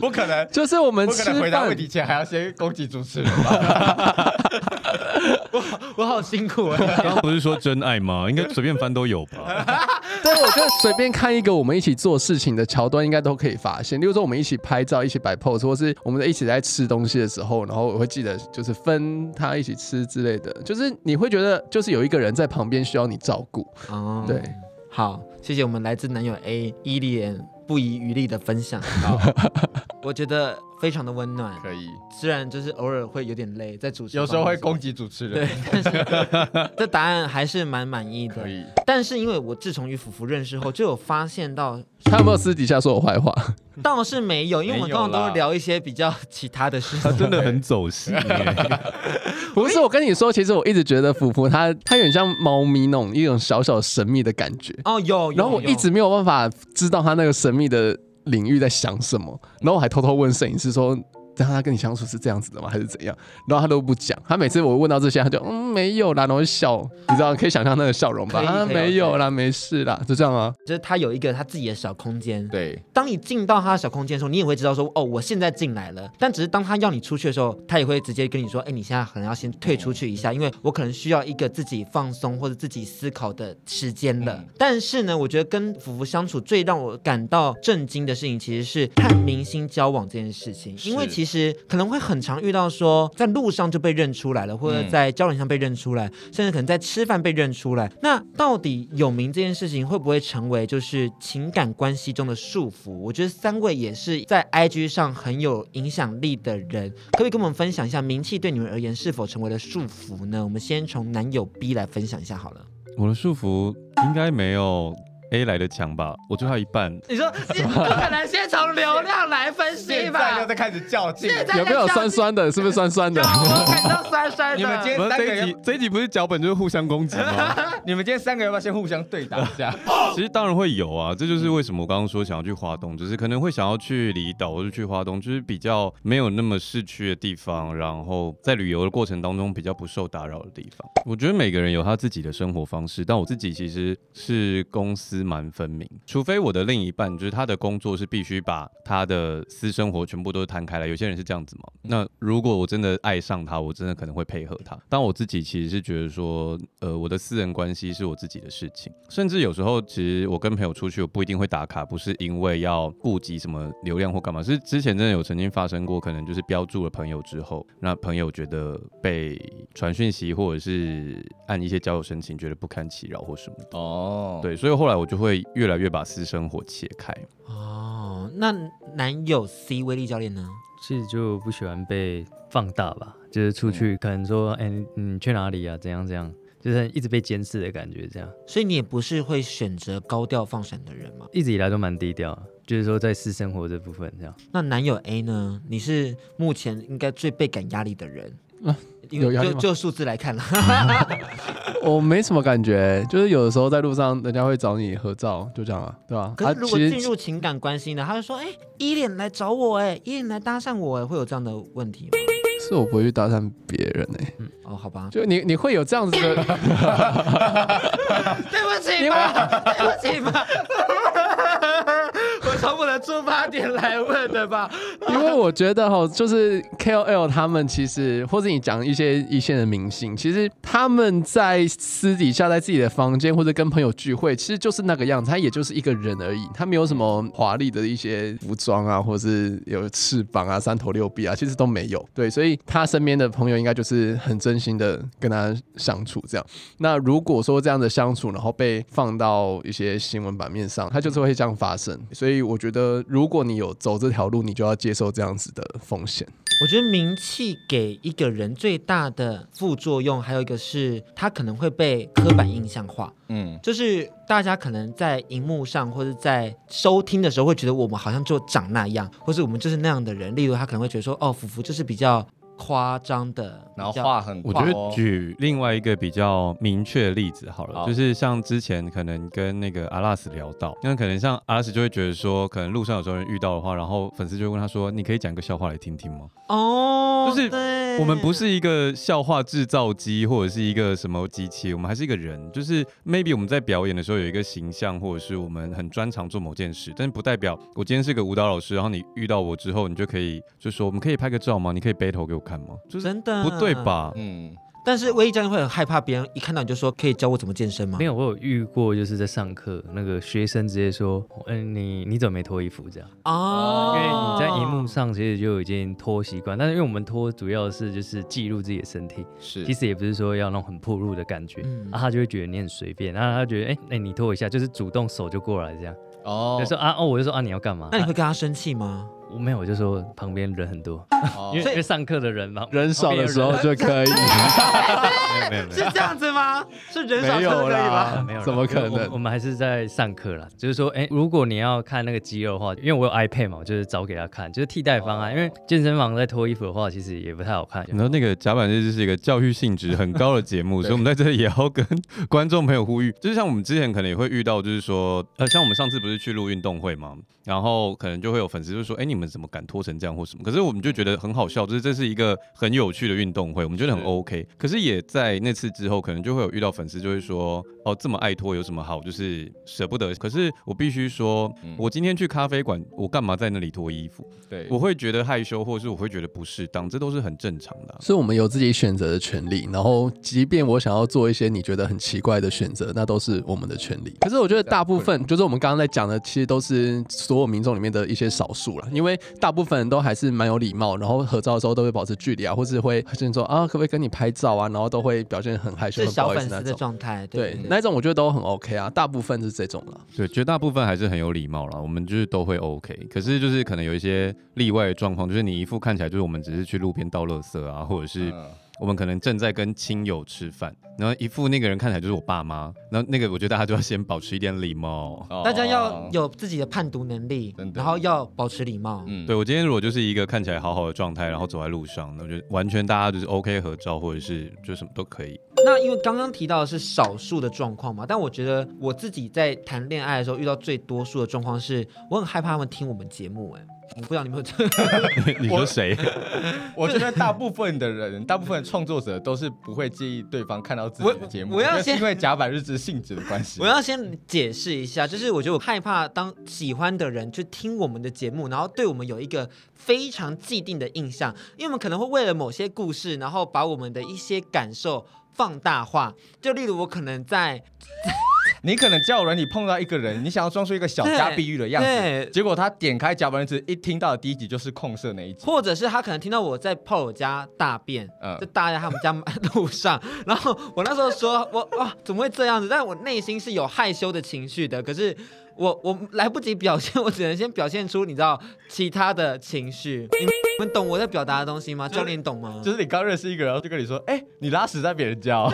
C: 不可能，
E: 就是我们吃饭，
C: 前还要先攻击主持人吧？
B: 我好我好辛苦哎、
F: 刚
C: 啊
F: 刚不是说真爱吗？应该随便翻都有吧？
E: 对，我就随便看一个我们一起做事情的桥段，应该都可以发现。例如说，我们一起拍照、一起摆 pose，或是我们一起在吃东西的时候，然后我会记得就是分他一起吃之类的，就是你会觉得就是有一个人在旁边需要你照顾。
B: 哦
E: 对，
B: 好，谢谢我们来自男友 A 伊莲不遗余力的分享， 我觉得非常的温暖。
C: 可以，
B: 虽然就是偶尔 会有点累，在主持
C: 有时候会
B: 攻
C: 攻击主持人
B: 对，，但是这答案还是蛮满意的
C: 可。以。
B: 但是因为我自从与福福认识后，就有发现到
E: 他有没有私底下说我坏话？
B: 倒是没有，因为我们
C: 没有
B: 刚刚都
C: 啦啊
B: 聊一些比较其他 的事
F: 他
B: 情。
F: 真的很走心欸 耶，
E: 不是，我跟你说，其实我一直觉得福福他他有点像猫咪那种一种小小神秘的感觉，
B: 哦，有，有
E: 然后我
B: 有
E: 一直没有办法知道他那个神秘的领域在想什么，然后我还偷偷问摄影师说。让他跟你相处是这样子的吗，还是怎样？然后他都不讲。他每次我问到这些，他就嗯没有啦，然后笑，你知道可以想象那个笑容吧？
B: 可以
E: 啊
B: 可以
E: 没有啦，没事啦，就这样啊。
B: 就是他有一个他自己的小空间。
C: 对，
B: 当你进到他的小空间的时候，你也会知道说，哦，我现在进来了。但只是当他要你出去的时候，他也会直接跟你说，哎，你现在可能要先退出去一下，因为我可能需要一个自己放松或者自己思考的时间了。但是呢，我觉得跟福福相处最让我感到震惊的事情，其实是和明星交往这件事情，因为其
C: 是
B: 实可能会很常遇到说，在路上就被认出来了，或者
C: 嗯
B: 在交流上被认出来，甚至可能在吃饭被认出来。那到底有名这件事情会不会成为就是情感关系中的束缚？我觉得三位也是在 IG 上很有影响力的人，可不可以跟我们分享一下名气对你们而言是否成为了束缚呢？我们先从男友 B 来分享一下好了。
F: 我的束缚应该没有 A 来的强吧？我就他一半，
B: 你说你不可能先从流量来分析吧？
C: 在开始较劲
B: 现在
E: 有没有酸酸的？是不是酸酸的？
B: 我感到酸酸的。
C: 你们今天
F: 不是
C: 三个
F: 这一
C: 人
F: 集，这一集不是脚本就是互相攻击吗？
C: 你们今天三个要不要先互相对打一下？
F: 其实当然会有啊，这就是为什么我刚刚说想要去花东，就是可能会想要去离岛或者去花东，就是比较没有那么市区的地方，然后在旅游的过程当中比较不受打扰的地方。我觉得每个人有他自己的生活方式，但我自己其实是公私蛮分明，除非我的另一半就是他的工作是必须把他的私生活全部都摊开来，有些人是这样子嘛。那如果我真的爱上他，我真的可能会配合他，但我自己其实是觉得说，呃，我的私人关系是我自己的事情，甚至有时候其实我跟朋友出去，我不一定会打卡，不是因为要顾及什么流量或干嘛，是之前真的有曾经发生过，可能就是标注了朋友之后，那朋友觉得被传讯息或者是按一些交友申请，觉得不堪其扰或什么的。
C: 哦，
F: 对，所以后来我就会越来越把私生活切开。
B: 哦，那男友 C 威力教练呢？
G: 其实就不喜欢被放大吧，就是出去可能说，哎、你你去哪里啊？怎样怎样，就是一直被监视的感觉，这样
B: 所以你也不是会选择高调放闪的人嘛？
G: 一直以来都蛮低调的，就是说在私生活这部分这样。
B: 那男友 A 呢？你是目前应该最倍感压力的人。
E: 啊
B: 因为
E: 有压力
B: 就
E: 吗
B: 就数字来 看了，
E: 我没什么感觉，就是有的时候在路上人家会找你合照，就这样啊，对吧、
B: 可
E: 啊
B: 是如，果
E: 其
B: 进
E: 实
B: 入情感关系呢，他就说：“哎、依恋来找我、哎，依恋来搭讪我、哎，会有这样的问 题吗
E: 是我不会去搭讪别人诶、欸，？”
B: 哦，好吧，
E: 就你你会有这样子的。
B: 对不起吧，对不起吧，我从我的出发点来问的吧。
E: 因为我觉得哈，就是 KOL 他们其实，或是你讲一些一线的明星，其实他们在私底下在自己的房间或者跟朋友聚会，其实就是那个样子，他也就是一个人而已，他没有什么华丽的一些服装啊，或是有翅膀啊、三头六臂啊，其实都没有。对，所以他身边的朋友应该就是很真心的跟他相处这样。那如果说这样的相处，然后被放到一些新闻版面上，它就是会这样发生。所以我觉得，如果你有走这条路，你就要接受这样子的风险。
B: 我觉得名气给一个人最大的副作用，还有一个是他可能会被刻板印象化，
C: 嗯，
B: 就是大家可能在荧幕上或者在收听的时候会觉得我们好像就长那样，或是我们就是那样的人。例如他可能会觉得说，哦，福福就是比较夸张的，
C: 然后
B: 比较
C: 话很
F: 我
C: 多
F: 觉
C: 哦，
F: 得举另外一个比较明确的例子好了，
C: 好
F: 就是像之前可能跟那个阿拉斯聊到，那可能像阿拉斯就会觉得说，可能路上有时候人遇到的话，然后粉丝就会问他说：“你可以讲个笑话来听听吗
B: 哦，
F: 就是
B: 对？”
F: 我们不是一个笑话制造机或者是一个什么机器，我们还是一个人。就是 maybe 我们在表演的时候有一个形象，或者是我们很专长做某件事，但是不代表我今天是个舞蹈老师，然后你遇到我之后，你就可以就说：“我们可以拍个照吗？你可以 battle 给我看吗？”就是
B: 真的
F: 不对？吧？
C: 嗯，
B: 但是威力教练会很害怕别人一看到你就说可以教我怎么健身吗？
G: 没有，我有遇过，就是在上课，那个学生直接说：“嗯、你你怎么没脱衣服？”这样，
B: 啊，
G: 因为你在荧幕上其实就已经脱习惯，但是因为我们脱主要是就是记录自己的身体，
C: 是
G: 其实也不是说要那种很暴露的感觉，
B: 嗯
G: 啊，他就会觉得你很随便，然后他觉得哎哎、你脱一下，就是主动手就过来这样，
C: 哦
G: 就说啊哦，我就说啊你要干嘛？
B: 那你
G: 啊
B: 会跟他生气吗？
G: 我没有，我就说旁边人很多，
C: 哦
G: 因为
B: 所以
G: 因为上课的人嘛，
E: 人少的时候就可以，
G: 没有没有没有
B: 是这样子吗？是人少真的
E: 没有
B: 可以
E: 啦
B: 吗？，
G: 没有啦，
E: 怎么可
G: 因为我我
E: 能？
G: 们还是在上课啦，就是说，哎、如果你要看那个肌肉的话，因为我有 iPad 嘛，我就是找给他看，就是替代方案。因为健身房在脱衣服的话，其实也不太好看。
F: 然后那个甲板日志是一个教育性质很高的 节目，所以我们在这里也要跟观众朋友呼吁，就是像我们之前可能也会遇到，就是说，呃，像我们上次不是去录运动会嘛，然后可能就会有粉丝就说，哎，你们怎么敢脱成这样或什么？可是我们就觉得很好笑，就是这是一个很有趣的运动会，我们觉得很
C: 是
F: OK。可是也在那次之后，可能就会有遇到粉丝就会说，哦，这么爱脱有什么好？就是舍不得。可是我必须说
C: 嗯，
F: 我今天去咖啡馆，我干嘛在那里脱衣服？
C: 对，
F: 我会觉得害羞，或是我会觉得不适当，这都是很正常的啊、
E: 所以我们有自己选择的权利，然后即便我想要做一些你觉得很奇怪的选择，那都是我们的权利。可是我觉得大部分就是我们刚刚在讲的，其实都是所有民众里面的一些少数了，因为大部分人都还是蛮有礼貌，然后合照的时候都会保持距离啊，或是会先说啊可不可以跟你拍照啊，然后都会表现很害羞、
B: 是
E: 很不
B: 小
E: 好意
B: 粉
E: 思那
B: 丝的
E: 种。
B: 状态，
E: 对
B: 对，，
E: 那种我觉得都很 OK 啊，大部分是这种了。
F: 对，绝大部分还是很有礼貌啦，我们就是都会 OK。可是就是可能有一些例外的状况，就是你一副看起来就是我们只是去路边倒垃圾啊，或者是
C: 嗯
F: 我们可能正在跟亲友吃饭，然后一副那个人看起来就是我爸妈，然后那个我觉得大家就要先保持一点礼貌。
C: 哦
B: 大家要有自己的判读能力
C: 真，的
B: 然后要保持礼貌。
C: 嗯
F: 对我今天如果就是一个看起来好好的状态，然后走在路上，那我觉得完全大家就是 OK 合照，或者是就什么都可以。
B: 那因为刚刚提到的是少数的状况嘛，但我觉得我自己在谈恋爱的时候遇到最多数的状况是，我很害怕他们听我们节目、哎，我不知道你们有这个，
F: 你说谁？
C: 我觉得大部分的人，大部分的创作者都是不会介意对方看到自己的节目，
B: 我我要
C: 因为是
B: 先
C: 因为甲板日志性质的关系。
B: 我要先解释一下，就是我觉得我害怕当喜欢的人去听我们的节目，然后对我们有一个非常既定的印象，因为我们可能会为了某些故事，然后把我们的一些感受放大化。就例如我可能在
C: 你可能交友软体碰到一个人，你想要装出一个小家碧玉的样
B: 对
C: 子
B: 对，
C: 结果他点开甲板日志，一听到的第一集就是控色那一集。
B: 或者是他可能听到我在炮友家大便，
C: 嗯
B: 就大在他们家路上，然后我那时候说，我哇怎么会这样子？但我内心是有害羞的情绪的，可是我我来不及表现，我只能先表现出你知道其他的情绪。你们你们懂我在表达的东西吗？教练你懂吗？
C: 就是你刚认识一个人，然后就跟你说，哎、你拉屎在别人家、哦，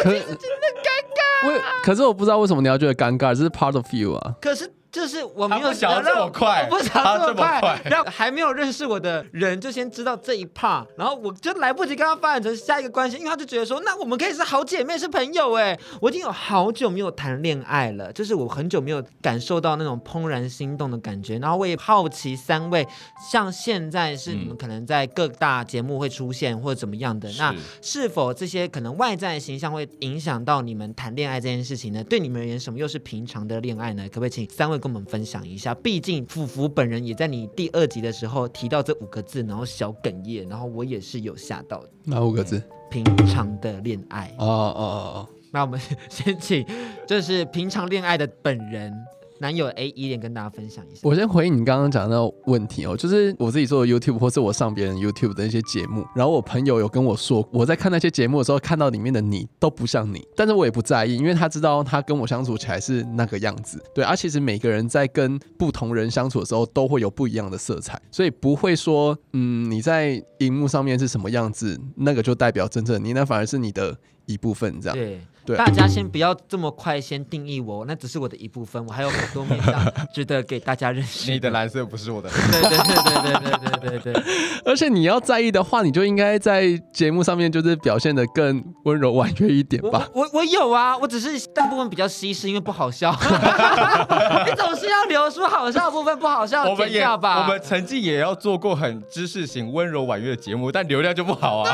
E: 可是真的尴尬。我可是我不知道为什么你要觉得尴尬，这是 part of you 啊。
B: 可是就是我没
C: 他
B: 有
C: 不想要这么快
B: 我不想要
C: 他
B: 这
C: 这么
B: 么快
C: 快，
B: 让还没有认识我的人就先知道这一 part，然后我就来不及跟他发展成下一个关系，因为他就觉得说，那我们可以是好姐妹，是朋友哎，我已经有好久没有谈恋爱了，就是我很久没有感受到那种怦然心动的感觉，然后我也好奇三位，像现在是
C: 嗯
B: 你们可能在各大节目会出现或者怎么样的，那是否这些可能外在形象会影响到你们谈恋爱这件事情呢？对你们而言，什么又是平常的恋爱呢？可不可以请三位跟我们分享一下？毕竟福福本人也在你第二集的时候提到这五个字，然后小哽咽，然后我也是有吓到的。
E: 哪五个字？
B: 平常的恋爱，
E: 哦哦哦
B: 那我们先请就是平常恋爱的本人男友 A 一脸跟大家分享一下。
E: 我先回应你刚刚讲到问题哦，就是我自己做的 YouTube 或是我上别人 YouTube 的一些节目，然后我朋友有跟我说，我在看那些节目的时候看到里面的你都不像你，但是我也不在意，因为他知道他跟我相处起来是那个样子。对，啊而、其实每个人在跟不同人相处的时候都会有不一样的色彩，所以不会说，嗯，你在荧幕上面是什么样子，那个就代表真正的你，那反而是你的一部分这样。
B: 对，
E: 对
B: 大家先不要这么快先定义我，那只是我的一部分，我还有很多面向值得给大家认识。
C: 你的蓝色不是 我的。
B: 对对对对对对对对对，
E: 而且你要在意的话，你就应该在节目上面就是表现的更温柔婉约一 点
B: 我
E: 吧
B: 我。我我有啊，我只是大部分比较稀释，因为不好 笑。你总是要留出好笑的部分，不好笑
C: 我
B: 的
C: 们
B: 剪
C: 也，
B: 掉吧。
C: 我们曾经也要做过很知识型、温柔婉约的节目，但流量就不好啊。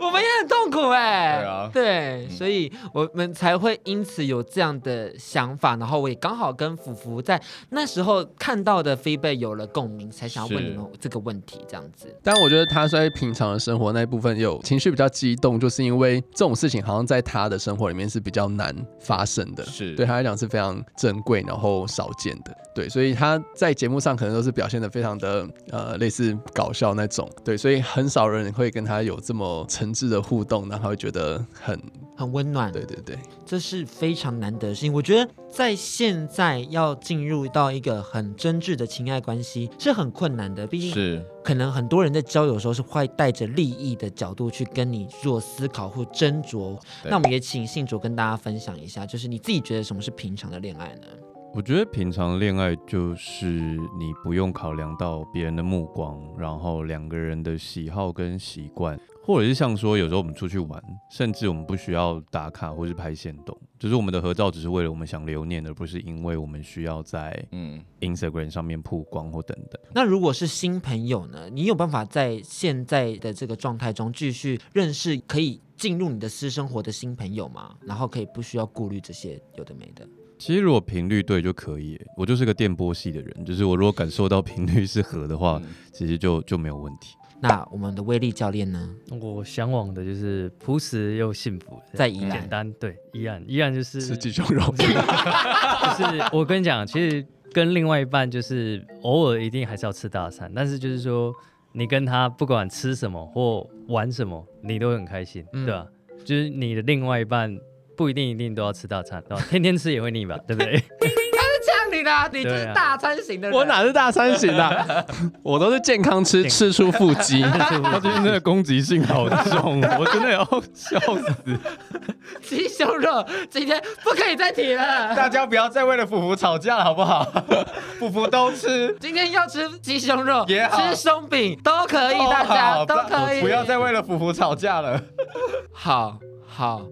B: 我们也很痛苦哎、
C: 对啊
B: 对，所以我们才会因此有这样的想法，然后我也刚好跟福福在那时候看到的 feedback 有了共鸣，才想要问
C: 是
B: 你们这个问题，这样子。
E: 但我觉得他在平常的生活那一部分有情绪比较激动，就是因为这种事情好像在他的生活里面是比较难发生的，
C: 是
E: 对他啊来讲是非常珍贵然后少见的，对，所以他在节目上可能都是表现的非常的呃类似搞笑那种，对，所以很少人会跟他有这么诚挚的互动，然后会觉得很
B: 很温暖，
E: 对对对，
B: 这是非常难得的事情。我觉得在现在要进入到一个很真挚的情爱关系是很困难的，毕竟
F: 嗯
C: 是
B: 可能很多人在交友的时候是会带着利益的角度去跟你做思考或斟酌。
C: 对
B: 那我们也请信卓跟大家分享一下，就是你自己觉得什么是平常的恋爱呢？
F: 我觉得平常恋爱就是你不用考量到别人的目光，然后两个人的喜好跟习惯，或者是像说有时候我们出去玩，甚至我们不需要打卡或是拍线动，就是我们的合照只是为了我们想留念，而不是因为我们需要在
C: 嗯，
F: Instagram 上面曝光或等等。
B: 那如果是新朋友呢？你有办法在现在的这个状态中继续认识可以进入你的私生活的新朋友吗？然后可以不需要顾虑这些有的没的。
F: 其实如果频率对就可以耶，我就是个电波系的人，就是我如果感受到频率是合的话，
C: 嗯
F: 其实就就没有问题。
B: 那我们的威力教练呢？
G: 我向往的就是朴实又幸福，
B: 在宜兰
G: 简单对宜案宜案就是
E: 吃鸡胸肉，
G: 就是我跟你讲，其实跟另外一半就是偶尔一定还是要吃大餐，但是就是说你跟他不管吃什么或玩什么，你都很开心，
B: 嗯
G: 对吧、就是你的另外一半不一定一定都要吃大餐，对吧？天天吃也会腻吧，对不对？
B: 像你的，你
G: 就是大
B: 餐型的
E: 我哪是大三型的啊， 我都是健康吃，吃出腹肌。
F: 他最近真的攻击性好重，啊我真的要笑死。
B: 鸡胸肉？今天不可以再提了。
C: 大家不要再为了福福吵架了，好不好？福福都吃，
B: 今天要吃鸡胸肉，
C: 也好
B: 吃松饼都可以，
C: 哦
B: 大家
C: 好
B: 都可以。
C: 不要再为了福福吵架了。
B: 好好。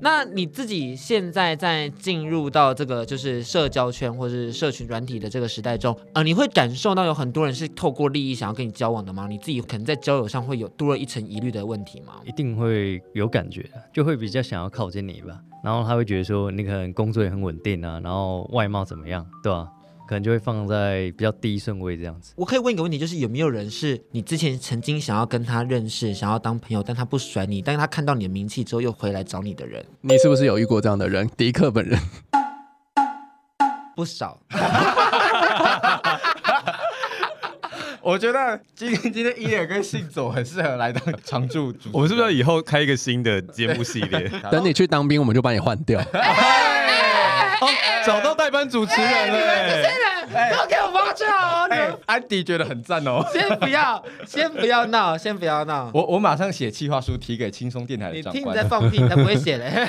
B: 那你自己现在在进入到这个就是社交圈或是社群软体的这个时代中，呃，你会感受到有很多人是透过利益想要跟你交往的吗？你自己可能在交友上会有多了一层疑虑的问题吗？
G: 一定会有感觉的，就会比较想要靠近你吧。然后他会觉得说，你可能工作也很稳定啊，然后外貌怎么样，对吧、可能就会放在比较低顺位这样子。
B: 我可以问一个问题，就是有没有人是你之前曾经想要跟他认识、想要当朋友，但他不甩你，但是他看到你的名气之后又回来找你的人
E: 你是不是有遇过这样的人？迪克本人。
B: 不少？
C: 我觉得今天今天伊野跟信佐很适合来当常驻主持人。
F: 我们是不是要以后开一个新的节目系列？
E: 等你去当兵，我们就把你换掉。
C: 哎
F: 哦，找到代班主持人了欸。
B: 都给我挖出来
C: 哎、安迪觉得很赞哦。
B: 先不要，先不要闹，先不要闹。
C: 我我马上写企划书提给轻松电台的
B: 你
C: 长
B: 听你在
C: 官。
B: 放屁，你才不会写 嘞。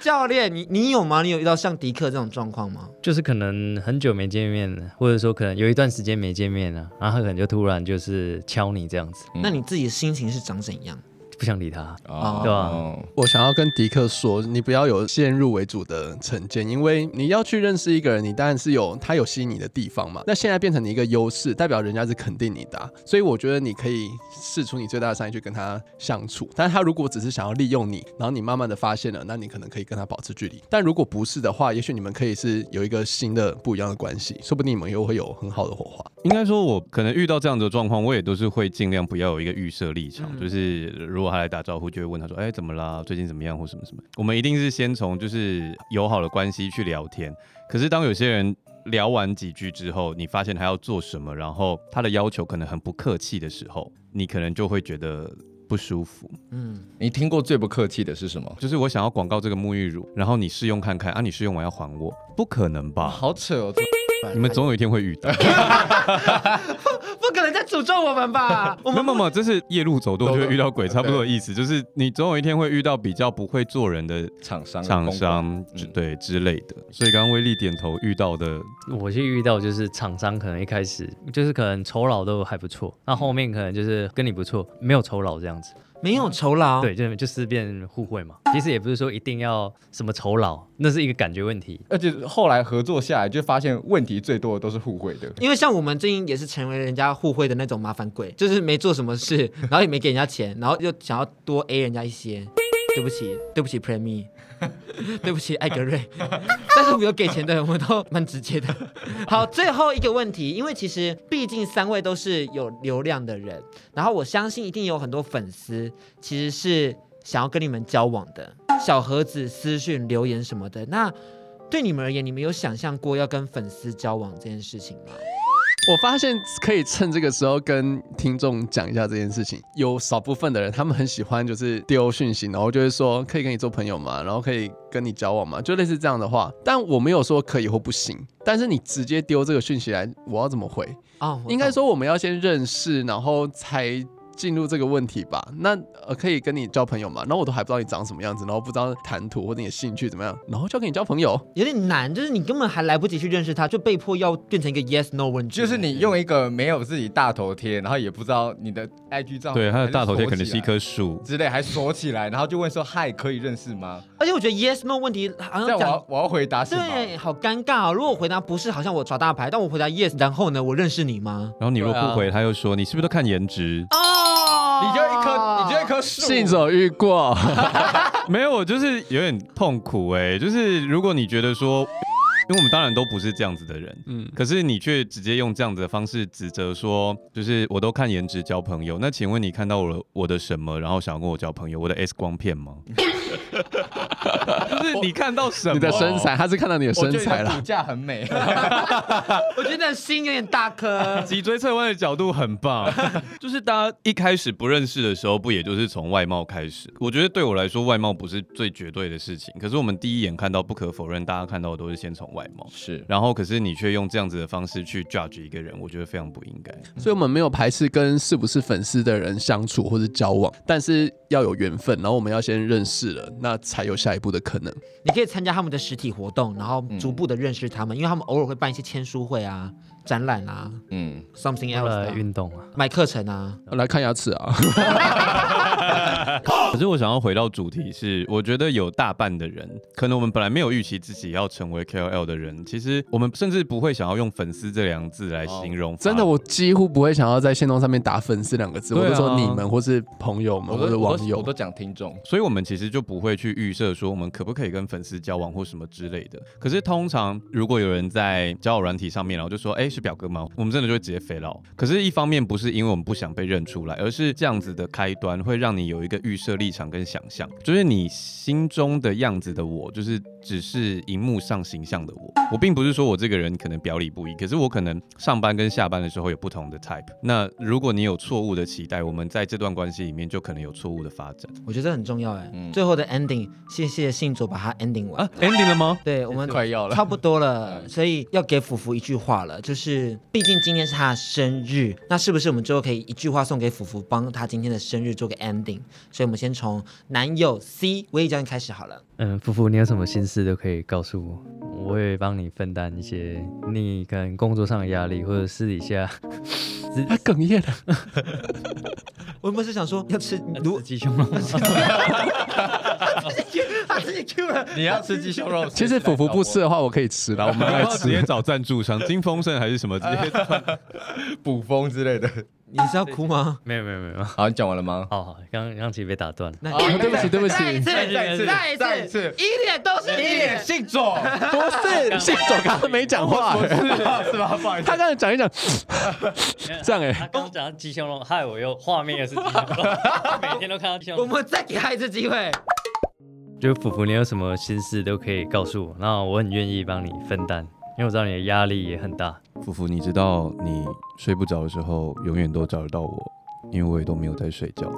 B: 教练，你你有吗？你有遇到像迪克这种状况吗？
G: 就是可能很久没见面了，或者说可能有一段时间没见面了，然后他可能就突然就是敲你这样子，
C: 嗯
B: 那你自己的心情是长怎样？
G: 不想理他。
C: 哦
G: 对吧
F: 啊
E: 我想要跟迪克说，你不要有先入为主的成见，因为你要去认识一个人，你当然是有他有吸引你的地方嘛。那现在变成你一个优势，代表人家是肯定你的啊、所以我觉得你可以试出你最大的善意去跟他相处。但是他如果只是想要利用你，然后你慢慢的发现了，那你可能可以跟他保持距离。但如果不是的话，也许你们可以是有一个新的不一样的关系，说不定你们又会有很好的火花。
F: 应该说，我可能遇到这样的状况，我也都是会尽量不要有一个预设立场，
B: 嗯
F: 就是如果他来打招呼，就会问他说：“哎、怎么啦？最近怎么样？或什么什么。”我们一定是先从就是友好的关系去聊天。可是当有些人聊完几句之后，你发现他要做什么，然后他的要求可能很不客气的时候，你可能就会觉得不舒服。
B: 嗯，
C: 你听过最不客气的是什么？
F: 就是我想要广告这个沐浴乳，然后你试用看看啊，你试用完要还我，不可能吧？
C: 好扯哦！
F: 你们总有一天会遇 到。
B: 不可能在诅咒我们吧？我
F: 没有
B: 们
F: 没有没有，这是夜路走多就会遇到鬼，差不多的意思，就是你总有一天会遇到比较不会做人的
C: 厂商
F: 厂 商，之
C: 嗯
F: 对之类的。所以刚刚威力点头遇到的，
G: 我是遇到就是厂商可能一开始就是可能酬劳都还不错，那后面可能就是跟你不错，没有酬劳这样子，
B: 没有酬劳，
G: 对，就就思辨互惠嘛。其实也不是说一定要什么酬劳，那是一个感觉问题。
C: 而且后来合作下来，就发现问题最多的都是互惠的。
B: 因为像我们最近也是成为人家互惠的那种麻烦鬼，就是没做什么事，然后也没给人家钱，然后又想要多 A 人家一些。对不起，对不起，Premi，对 不起，艾格瑞。但是我们有给钱的人，我们都蛮直接的。好，最后一个问题，因为其实毕竟三位都是有流量的人，然后我相信一定有很多粉丝其实是想要跟你们交往的，小盒子私讯留言什么的。那对你们而言，你们有想象过要跟粉丝交往这件事情吗？
E: 我发现可以趁这个时候跟听众讲一下这件事情。有少部分的人，他们很喜欢就是丢讯息，然后就会说可以跟你做朋友嘛，然后可以跟你交往嘛，就类似这样的话。但我没有说可以或不行，但是你直接丢这个讯息来，我要怎么回？
B: 哦，我
E: 应该
B: 懂
E: 说我们要先认识，然后才进入这个问题吧。那呃，可以跟你交朋友嘛？然后我都还不知道你长什么样子，然后不知道谈吐或者你的兴趣怎么样，然后就要跟你交朋友。
B: 有点难，就是你根本还来不及去认识他，就被迫要变成一个 yes no 问句。
C: 就是你用一个没有自己大头贴，然后也不知道你的 IG 账号，
F: 对，他的大头贴可能是一
C: 颗
F: 棵树。
C: 之类，还锁起来，然后就问说嗨，可以认识吗？
B: 而且我觉得 yes no 问题好
C: 这
B: 像
C: 样我
B: 讲
C: 要我要回答什么？
B: 对，好尴尬哦。如果我回答不是，好像我耍大牌；但我回答 yes，然后呢，我认识你吗？
F: 然后你如果
E: 对啊
F: 不回，他又说你是不是都看颜值？
B: 哦，
C: 你就一棵，你就一棵树。
E: 信手遇过，
F: 没有，我就是有点痛苦哎、就是如果你觉得说，因为我们当然都不是这样子的人，
E: 嗯，
F: 可是你却直接用这样子的方式指责说，就是我都看颜值交朋友，那请问你看到我的我的什么，然后想要跟我交朋友？我的 X 光片吗？ 就是你看到什么？。
E: 你的身材，他是看到你的
C: 我
E: 身
C: 觉得你
E: 材
C: 的
E: 啦
C: 骨。架很美，
B: 我觉得心有点大颗
F: 脊椎侧弯的角度很棒， 就是大家一开始不认识的时候，不也就是从外貌开始？我觉得对我来说，外貌不是最绝对的事情。可是我们第一眼看到，不可否认，大家看到的都是先从外貌，
C: 是
F: 然后可是你却用这样子的方式去 judge 一个人，我觉得非常不应该。
E: 所以我们没有排斥跟是不是粉丝的人相处或者交往，但是要有缘分，然后我们要先认识了，那才有下一步的可能。
B: 你可以参加他们的实体活动，然后逐步的认识他们，因为他们偶尔会办一些签书会啊、展览啊、
C: 嗯，
B: something
G: 要
B: else
G: 来
B: 的啊
G: 运动啊，
B: 买课程啊。
E: 来看牙齿啊，
F: 可是我想要回到主题是，我觉得有大半的人，可能我们本来没有预期自己要成为 KOL 的人，其实我们甚至不会想要用粉丝这两个字来形容。
E: 哦真的，我几乎不会想要在线动上面打粉丝两个字，
F: 对啊
E: 我都说你们或是朋友们
C: 我
E: 或者
C: 都
E: 网
C: 我都
E: 友
C: 我都。讲听众，
F: 所以我们其实就不会去预设说我们可不可以跟粉丝交往或什么之类的。可是通常如果有人在交友软体上面，然后就说哎是表哥吗？我们真的就会直接飞了。哦可是，一方面不是因为我们不想被认出来，而是这样子的开端会让你有一个预设立场跟想象，就是你心中的样子的我，就是只是荧幕上形象的我。我并不是说我这个人可能表里不一，可是我可能上班跟下班的时候有不同的 type。那如果你有错误的期待，我们在这段关系里面就可能有错误的发展。
B: 我觉得这很重要哎、
C: 嗯
B: 最后的 ending，谢谢信卓把它 ending 完。
F: 啊，ending 了吗？
B: 对我们
C: 快要了
B: 差。不多了，所以要给福福一句话了，就是毕竟今天是他的生日，那是不是我们最后可以一句话送给福福，帮他今天的生日做个 ending？所以我们先从男友 C 威教练开始好了。
G: 嗯，夫妇，你有什么心事都可以告诉我，我会帮你分担一些你可能工作上的压力，或者私底下私
E: 他哎哽咽 了，
B: 我原本是想说要吃
G: 私
B: 卤，
G: 鸡胸肉。
B: 他自己 Q 了。
C: 你要吃鸡胸肉？
E: 其实福福不吃的话，我可以吃啦，我们来
F: 直接
E: 吃。
F: 找赞助商，金丰盛还是什么？直 接
C: 补风之类的。
B: 你是要哭吗？
G: 没有没有 没有，没有
C: 好，你讲完了吗？
G: 好好，哦刚刚其实被打断了。
B: 那
E: 啊 对不起对不起
B: 再一次，
C: 再一次
B: 再一次，
C: 再一次
B: 一脸都是你。
C: 信左，
E: 不是，信总刚刚没讲话，
C: 是吧？ 不好意思
E: 他，刚才讲一讲， 这样
G: 他
E: 哎，
G: 刚讲到鸡胸肉，害我又画面又是鸡胸 肉，每天都看到鸡胸
B: 我。们再给他一次机会。
G: 就是福福，你有什么心事都可以告诉我，那我很愿意帮你分担，因为我知道你的压力也很大。
F: 福福，你知道你睡不着的时候，永远都找得到我，因为我也都没有在睡觉。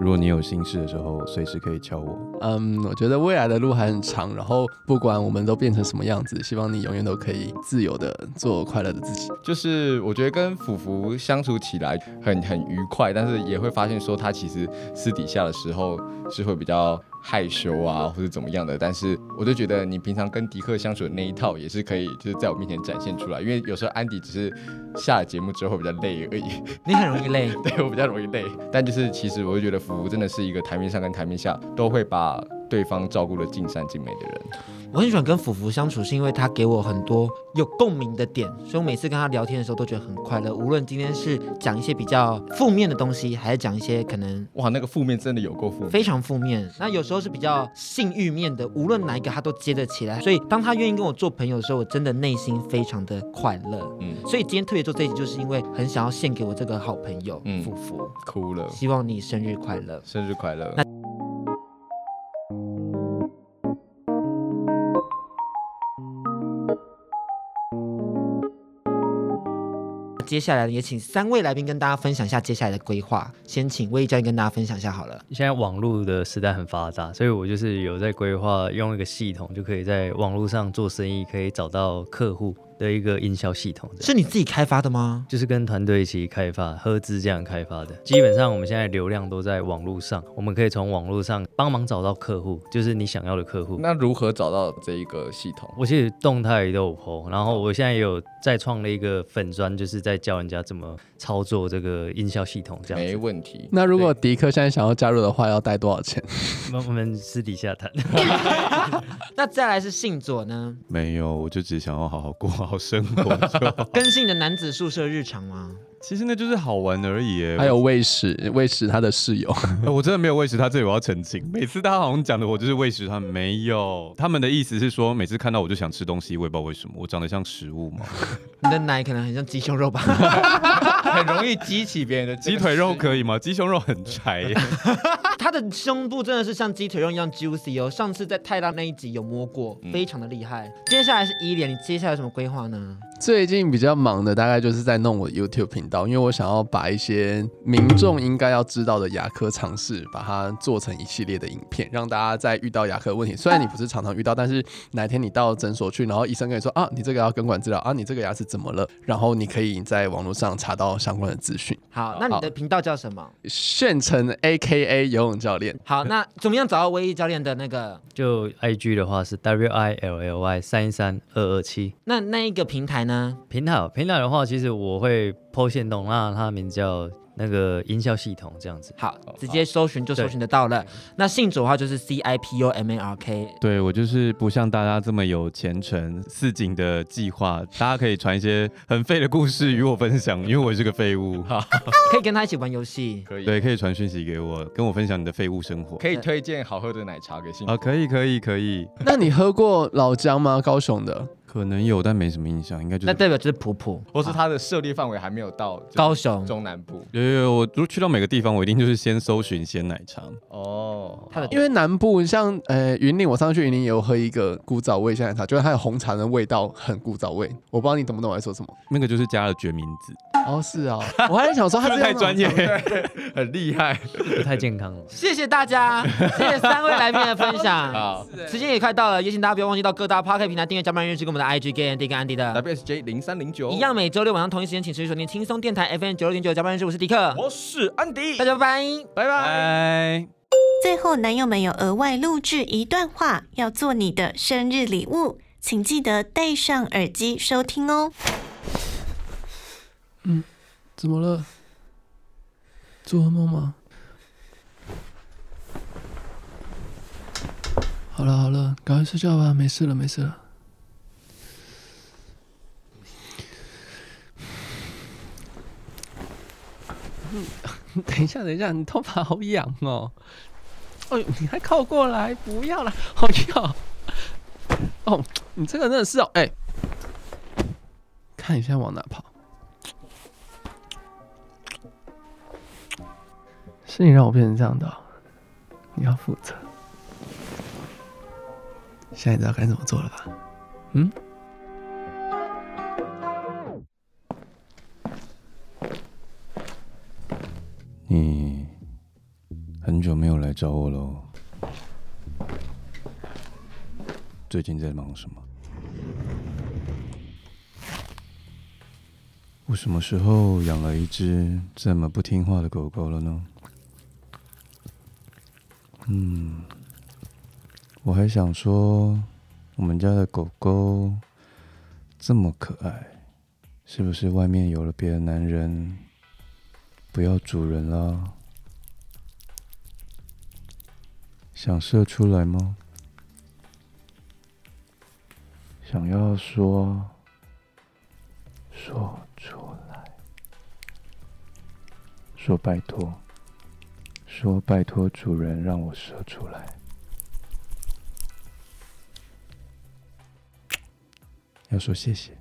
F: 如果你有心事的时候，随时可以敲我。
E: 嗯，我觉得未来的路还很长，然后不管我们都变成什么样子，希望你永远都可以自由的做快乐的自己。
C: 就是我觉得跟福福相处起来很很愉快，但是也会发现说他其实私底下的时候是会比较害羞啊，或者怎么样的。但是我就觉得你平常跟迪克相处的那一套也是可以，就是在我面前展现出来。因为有时候安迪只是下了节目之后会比较累而已，
B: 你很容易累。
C: 对我比较容易累。但就是其实我就觉得福真的是一个台面上跟台面下都会把对方照顾的尽善尽美的人。
B: 我很喜欢跟福福相处，是因为他给我很多有共鸣的点，所以我每次跟他聊天的时候都觉得很快乐。无论今天是讲一些比较负面的东西，还是讲一些可能
C: 哇，那个负面真的有够负面，
B: 非常负面，那有时候是比较性欲面的，无论哪一个他都接得起来。所以当他愿意跟我做朋友的时候，我真的内心非常的快乐。
C: 嗯
B: 所以今天特别做这一集，就是因为很想要献给我这个好朋友
C: 嗯
B: 福福，
C: 哭了。
B: 希望你生日快乐。
C: 生日快乐！
B: 接下来也请三位来宾跟大家分享一下接下来的规划。先请魏教练跟大家分享一下好了。
G: 现在网络的时代很发达，所以我就是有在规划用一个系统，就可以在网络上做生意，可以找到客户的一个营销系统。这样
B: 是你自己开发的吗？
G: 就是跟团队一起开发，合资这样开发的。基本上我们现在流量都在网络上，我们可以从网络上帮忙找到客户，就是你想要的客户。
C: 那如何找到这一个系统？
G: 我其实动态也都有 PO，然后我现在也有再创了一个粉砖，就是在教人家怎么操作这个音效系统这样
C: 没
G: 子。
C: 问题。
E: 那如果迪克现在想要加入的话，要带多少钱？
G: 我我们私底下谈。
B: 那再来是信左呢？
F: 没有，我就只想要好好过好生活就 好。
B: 更新你的男子宿舍日常吗？
F: 其实那就是好玩而已耶。
C: 哎
E: 还有喂食，喂食他的室友。
F: 呃我真的没有喂食他，这里我要澄清。每次他好像讲的我就是喂食他，没有。他们的意思是说，每次看到我就想吃东西，我也不知道为什么。我长得像食物嘛，
B: 你的奶可能很像鸡胸肉 吧？
C: 很容易激起别人的
F: 鸡腿肉可以吗？鸡胸肉很柴耶。
B: 他的胸部真的是像鸡腿肉一样 juicy 哦。上次在泰拉那一集有摸过，非常的厉害。接下来是伊莲，你接下来有什么规划呢？
E: 最近比较忙的大概就是在弄我 YouTube 频道，因为我想要把一些民众应该要知道的牙科常识，把它做成一系列的影片，让大家在遇到牙科问题，虽然你不是常常遇到，但是哪天你到诊所去，然后医生跟你说啊，你这个要根管治疗啊，你这个牙齿怎么了，然后你可以在网络上查到相关的资讯。
B: 好，那你的频道叫什么？
E: 炫成 A K A 游泳教练，
B: 好，那怎么样找到威毅教练的那个？
G: 就 IG 的话是 W I L L Y 三一三二二七。
B: 那那一个平台呢？
G: 平台哦平台的话，其实我会剖线动，那它的名字叫那个音效系统这样子。
B: 好，直接搜寻就搜寻得到了。那信主的话就是 C I P U M A R K。
F: 对我就是不像大家这么有前程似锦的计划，大家可以传一些很废的故事与我分享，因为我是个废物。
B: 可以跟他一起玩游戏。
C: 可以
F: 对，可以传讯息给我，跟我分享你的废物生活。
C: 可以推荐好喝的奶茶给信
F: 啊，可以，可以，可以，
E: 那你喝过老姜吗？高雄的，
F: 可能有，但没什么印象，应该就
B: 那
F: 是。
B: 代表就是普普
C: 或是它的涉猎范围还没有到就是
B: 呃高雄，
C: 中南部
F: 有有有，我如果去到每个地方，我一定就是先搜寻鲜奶茶。
C: 哦。
B: 他的
E: 因为南部像呃云林，我上次去云林也有喝一个古早味香奶茶，就是它的红茶的味道很古早味，我不知道你懂不懂我在说什么。
F: 那个就是加了决明子，
E: 哦，是啊、我还在想
C: 哦
E: 说它
F: 是不
E: 是
F: 是太 专 业。
C: 很厉害。
G: 不太健康了。
B: 谢谢大 家，谢谢三位来宾的分享。
C: 好
B: 时间也快到了，也请大家不要忘记到各大 p o c k e t 平台订阅《加班日志》，跟我们的 IG 跟 Andy 跟 Andy 的。
C: WSJ 零三零九
B: 一样，每周六晚上同一时间，请持续锁定轻松电台 FM 九六点九加班日志，我是迪克，
C: 我是安迪，
B: 大家拜拜。
C: 拜拜。
F: 拜。
I: 最后，男友们有额外录制一段话，要做你的生日礼物，请记得戴上耳机收听哦。
E: 怎么了？做噩梦吗？好了好了，赶快睡觉吧，没事了没事了。 等一下等一下，你头发好痒哦！哦，你还靠过来，不要啦，好痒！哦，你这个真的是哦，哎、看你现在往哪跑。是你让我变成这样的哦、你要负责。现在你知道该怎么做了吧？嗯？
F: 你很久没有来找我喽，最近在忙什么？我什么时候养了一只这么不听话的狗狗了呢？嗯，我还想说，我们家的狗狗这么可爱，是不是外面有了别的男人，不要主人啊啦？想射出来吗？想要说，说出来，说拜托，说拜托主人让我射出来。要说谢谢，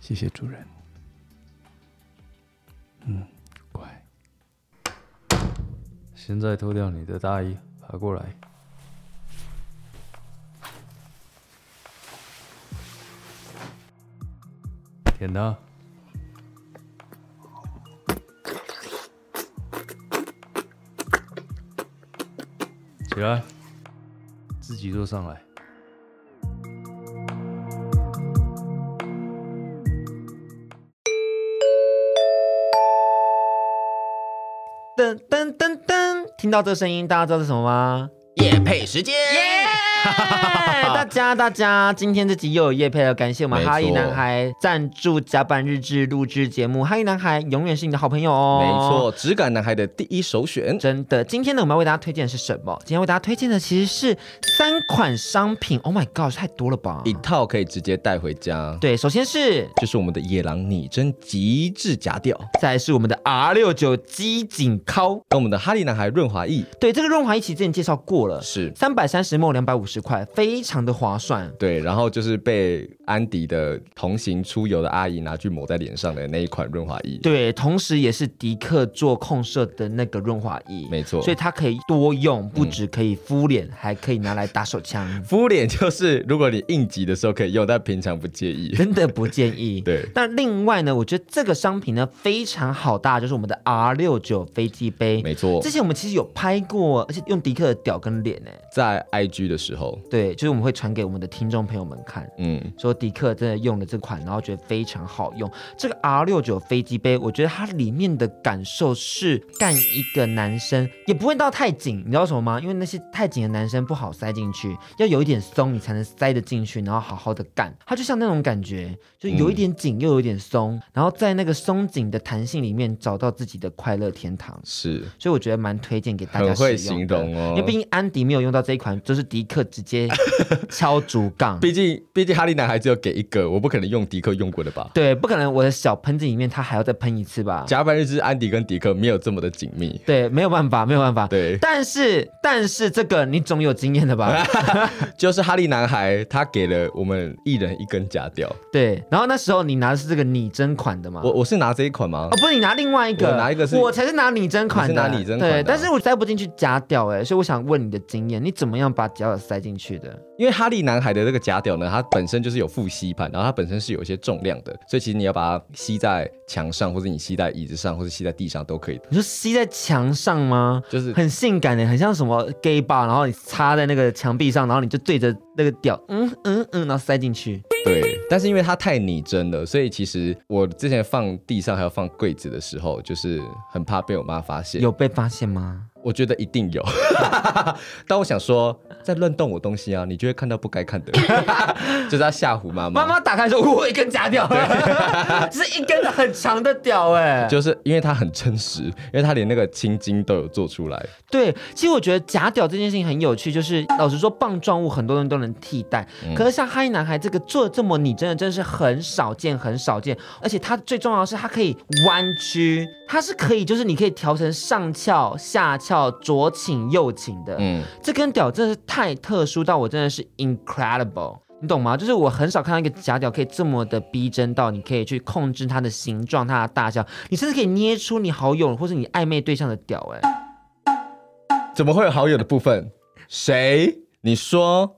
F: 谢谢主人。嗯，乖。
G: 现在脱掉你的大衣，爬过来。舔它。起来，自己坐上来。
B: 噔噔噔噔，听到这声音，大家知道是什么吗？
J: 夜配时间，
B: 大家大家，今天这集又有夜配了，感谢我们
C: 没
B: 哈利
C: 错
B: 男孩赞助甲板日志录制节目，哈利男孩永远是你的好朋友哦。
C: 没错，质感男孩的第一首选。
B: 真的，今天呢，我们要为大家推荐的是什么？今天为大家推荐的其实是三款商品。Oh my god，太多了吧？
C: 一套可以直接带回家，
B: 对，首先是，
C: 就是我们的野狼拟真极致夹吊，
B: 再来是我们的 R 六九机颈靠，
C: 跟我们的哈利男孩润滑液
B: 对，这个润滑一起之前介绍过了，
C: 是
B: 三百三十 ml 两百五十块，非常的划算。
C: 对，然后就是被安迪的同行出游的阿姨拿去抹在脸上的那一款润滑液，
B: 对，同时也是迪克做控色的那个润滑液，
C: 没错
B: 所以它可以多用，不止可以敷脸，还可以拿来打手枪，
C: 敷脸就是如果你应急的时候可以用，但平常不介意。
B: 真的不建议。
C: 对
B: 那另外呢，我觉得这个商品呢非常好大，就是我们的 R 六九飞机杯，
C: 没错
B: 之，前我们其实有拍过，而且用迪克的屌跟脸呢，欸
C: 在 IG 的时候，
B: 对，就是我们会传给我们的听众朋友们看。
C: 嗯，
B: 说迪克真的用了这款，然后觉得非常好用。这个 R 六九飞机杯，我觉得它里面的感受是干一个男生也不会到太紧，你知道为什么吗？因为那些太紧的男生不好塞进去，要有一点松你才能塞得进去，然后好好的干。它就像那种感觉，就有一点紧又有一点松，然后在那个松紧的弹性里面找到自己的快乐天堂。
C: 是
B: 所以我觉得蛮推荐给大家
C: 很
B: 使用
C: 会
B: 的
C: 形容哦
B: 因为毕竟安迪没有用到这一款，就是迪克直接敲竹 杠。
C: 毕竟，毕竟哈利男孩只有给一个，我不可能用迪克用过的吧？
B: 对，不可能我的小喷子里面它还要再喷一次吧？
C: 甲板日志安迪跟迪克没有这么的紧密，
B: 对，没有办法，没有办法。
C: 对
B: 但是但是这个你总有经验的 吧？
C: 就是哈利男孩他给了我们一人一根假吊，
B: 对。然后那时候你拿的是这个拟真款的嘛？
C: 我我是拿这一款吗
B: 哦，？不是你拿另外一个，
C: 我拿一个是
B: 我才是拿拟真款的，
C: 你是拿拟真款
B: 对，
C: 的
B: 但是我塞不进去夹掉哎、所以我想问你的经验，你怎么样把夹角塞进去的？
C: 因为哈利男孩的这个假屌呢，它本身就是有负吸盘，然后它本身是有一些重量的，所以其实你要把它吸在墙上，或者你吸在椅子上，或者吸在地上都可以。
B: 你说吸在墙上吗？
C: 就是
B: 很性感欸的、很像什么 gay bar，然后你插在那个墙壁上，然后你就对着那个屌，嗯嗯嗯，然后塞进去。
C: 对，但是因为它太拟真了，所以其实我之前放地上还有放柜子的时候，就是很怕被我妈发现。
B: 有被发现吗？
C: 我觉得一定有， 但我想说，在乱动我东西啊，你就会看到不该看的， 就是要吓唬妈妈。
B: 妈妈打开说：“我一根假屌， 是一根很长的屌哎、
C: 就是因为它很真实，因为它连那个青筋都有做出来。
B: 对，其实我觉得假屌这件事情很有趣，就是老实说，棒状物很多人都能替代，可是像哈利男孩这个做得这么拟真的，真的是很少见，很少见。而且它最重要的是，它可以弯曲，它是可以，就是你可以调成上翘、下翘、左倾、右倾的。
C: 嗯，
B: 这根屌真的是太特殊到我真的是 incredible。你懂吗？就是我很少看到一个假屌可以这么的逼真到，你可以去控制它的形状、它的大小，你甚至可以捏出你好友或是你暧昧对象的屌、哎，
C: 怎么会有好友的部分？谁？你说？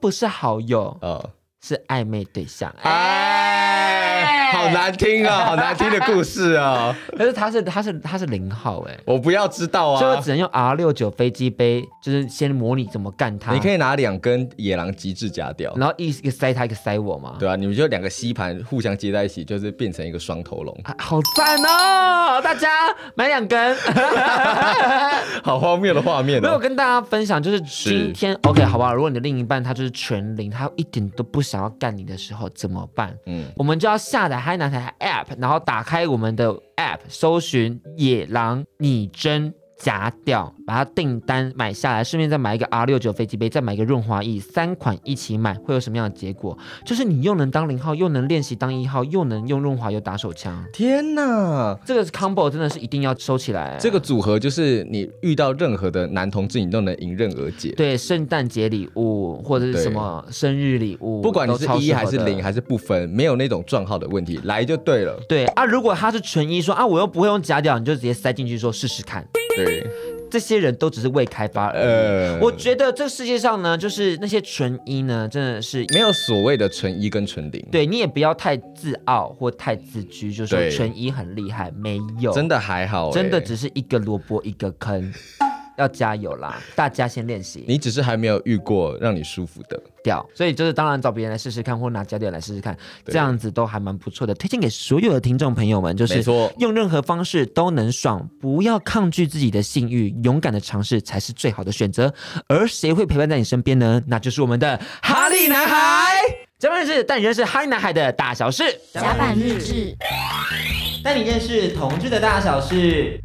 B: 不是好友，
C: 呃，
B: 是暧昧对象。哎、
C: 哎，好难听啊，好难听的故事啊，
B: 但是他是他是他是零号哎、
C: 我不要知道
B: 所以我
C: 啊
B: 只。能用 R 六九飞机杯，就是先模拟怎么干他。
C: 你可以拿两根野狼极致夹掉，
B: 然后一一个塞他，一个塞我嘛。
C: 对啊，你们就两个吸盘互相接在一起，就是变成一个双头龙，
B: 啊好赞哦！大家买两根。
C: 好荒谬的画面
B: 没有
C: 哦。
B: 跟大家分享，就是
C: 是
B: 今天 OK 好不好？如果你的另一半他就是全零，他一点都不想要干你的时候怎么办？
C: 嗯，
B: 我们就要下载嗨男台 App，然后打开我们的 App，搜寻“野狼拟真夹掉”，把它订单买下来，顺便再买一个 R 六九飞机杯，再买一个润滑液，三款一起买，会有什么样的结果？就是你又能当零号，又能练习当一号，又能用润滑油打手枪，
C: 天哪！
B: 这个 combo 真的是一定要收起来。
C: 这个组合就是你遇到任何的男同志，你都能迎刃而解。
B: 对圣诞节礼物或者是
C: 对
B: 什么生日礼物，
C: 不管你
B: 都
C: 是
B: 超
C: 一
B: 适合
C: 还是
B: 的
C: 零还是不分，没有那种撞号的问题，来就对了。
B: 对啊，如果他是纯一说啊，我又不会用假屌，你就直接塞进去说试试看。
C: 对，
B: 这些人都只是未开发而已。
C: 呃
B: 我觉得这世界上呢，就是那些纯一呢，真的是
C: 没有所谓的纯一跟纯零，
B: 对你也不要太自傲或太自居，就说
C: 对
B: 纯一很厉害，没有，
C: 真的还好欸、
B: 哦真的只是一个萝卜一个坑，要加油啦！大家先练习
C: 你只是还没有遇过让你舒服的。
B: 掉，所以就是当然找别人来试试看，或拿假屌来试试看，
C: 对
B: 这样子都还蛮不错的，推荐给所有的听众朋友们，就是
C: 没错
B: 用任何方式都能爽，不要抗拒自己的性欲，勇敢的尝试才是最好的选择。而谁会陪伴在你身边呢？那就是我们的哈利男孩。甲板日志带你认识哈利男孩的大小事，
A: 甲板日志。
B: 带你认识同志的大小事。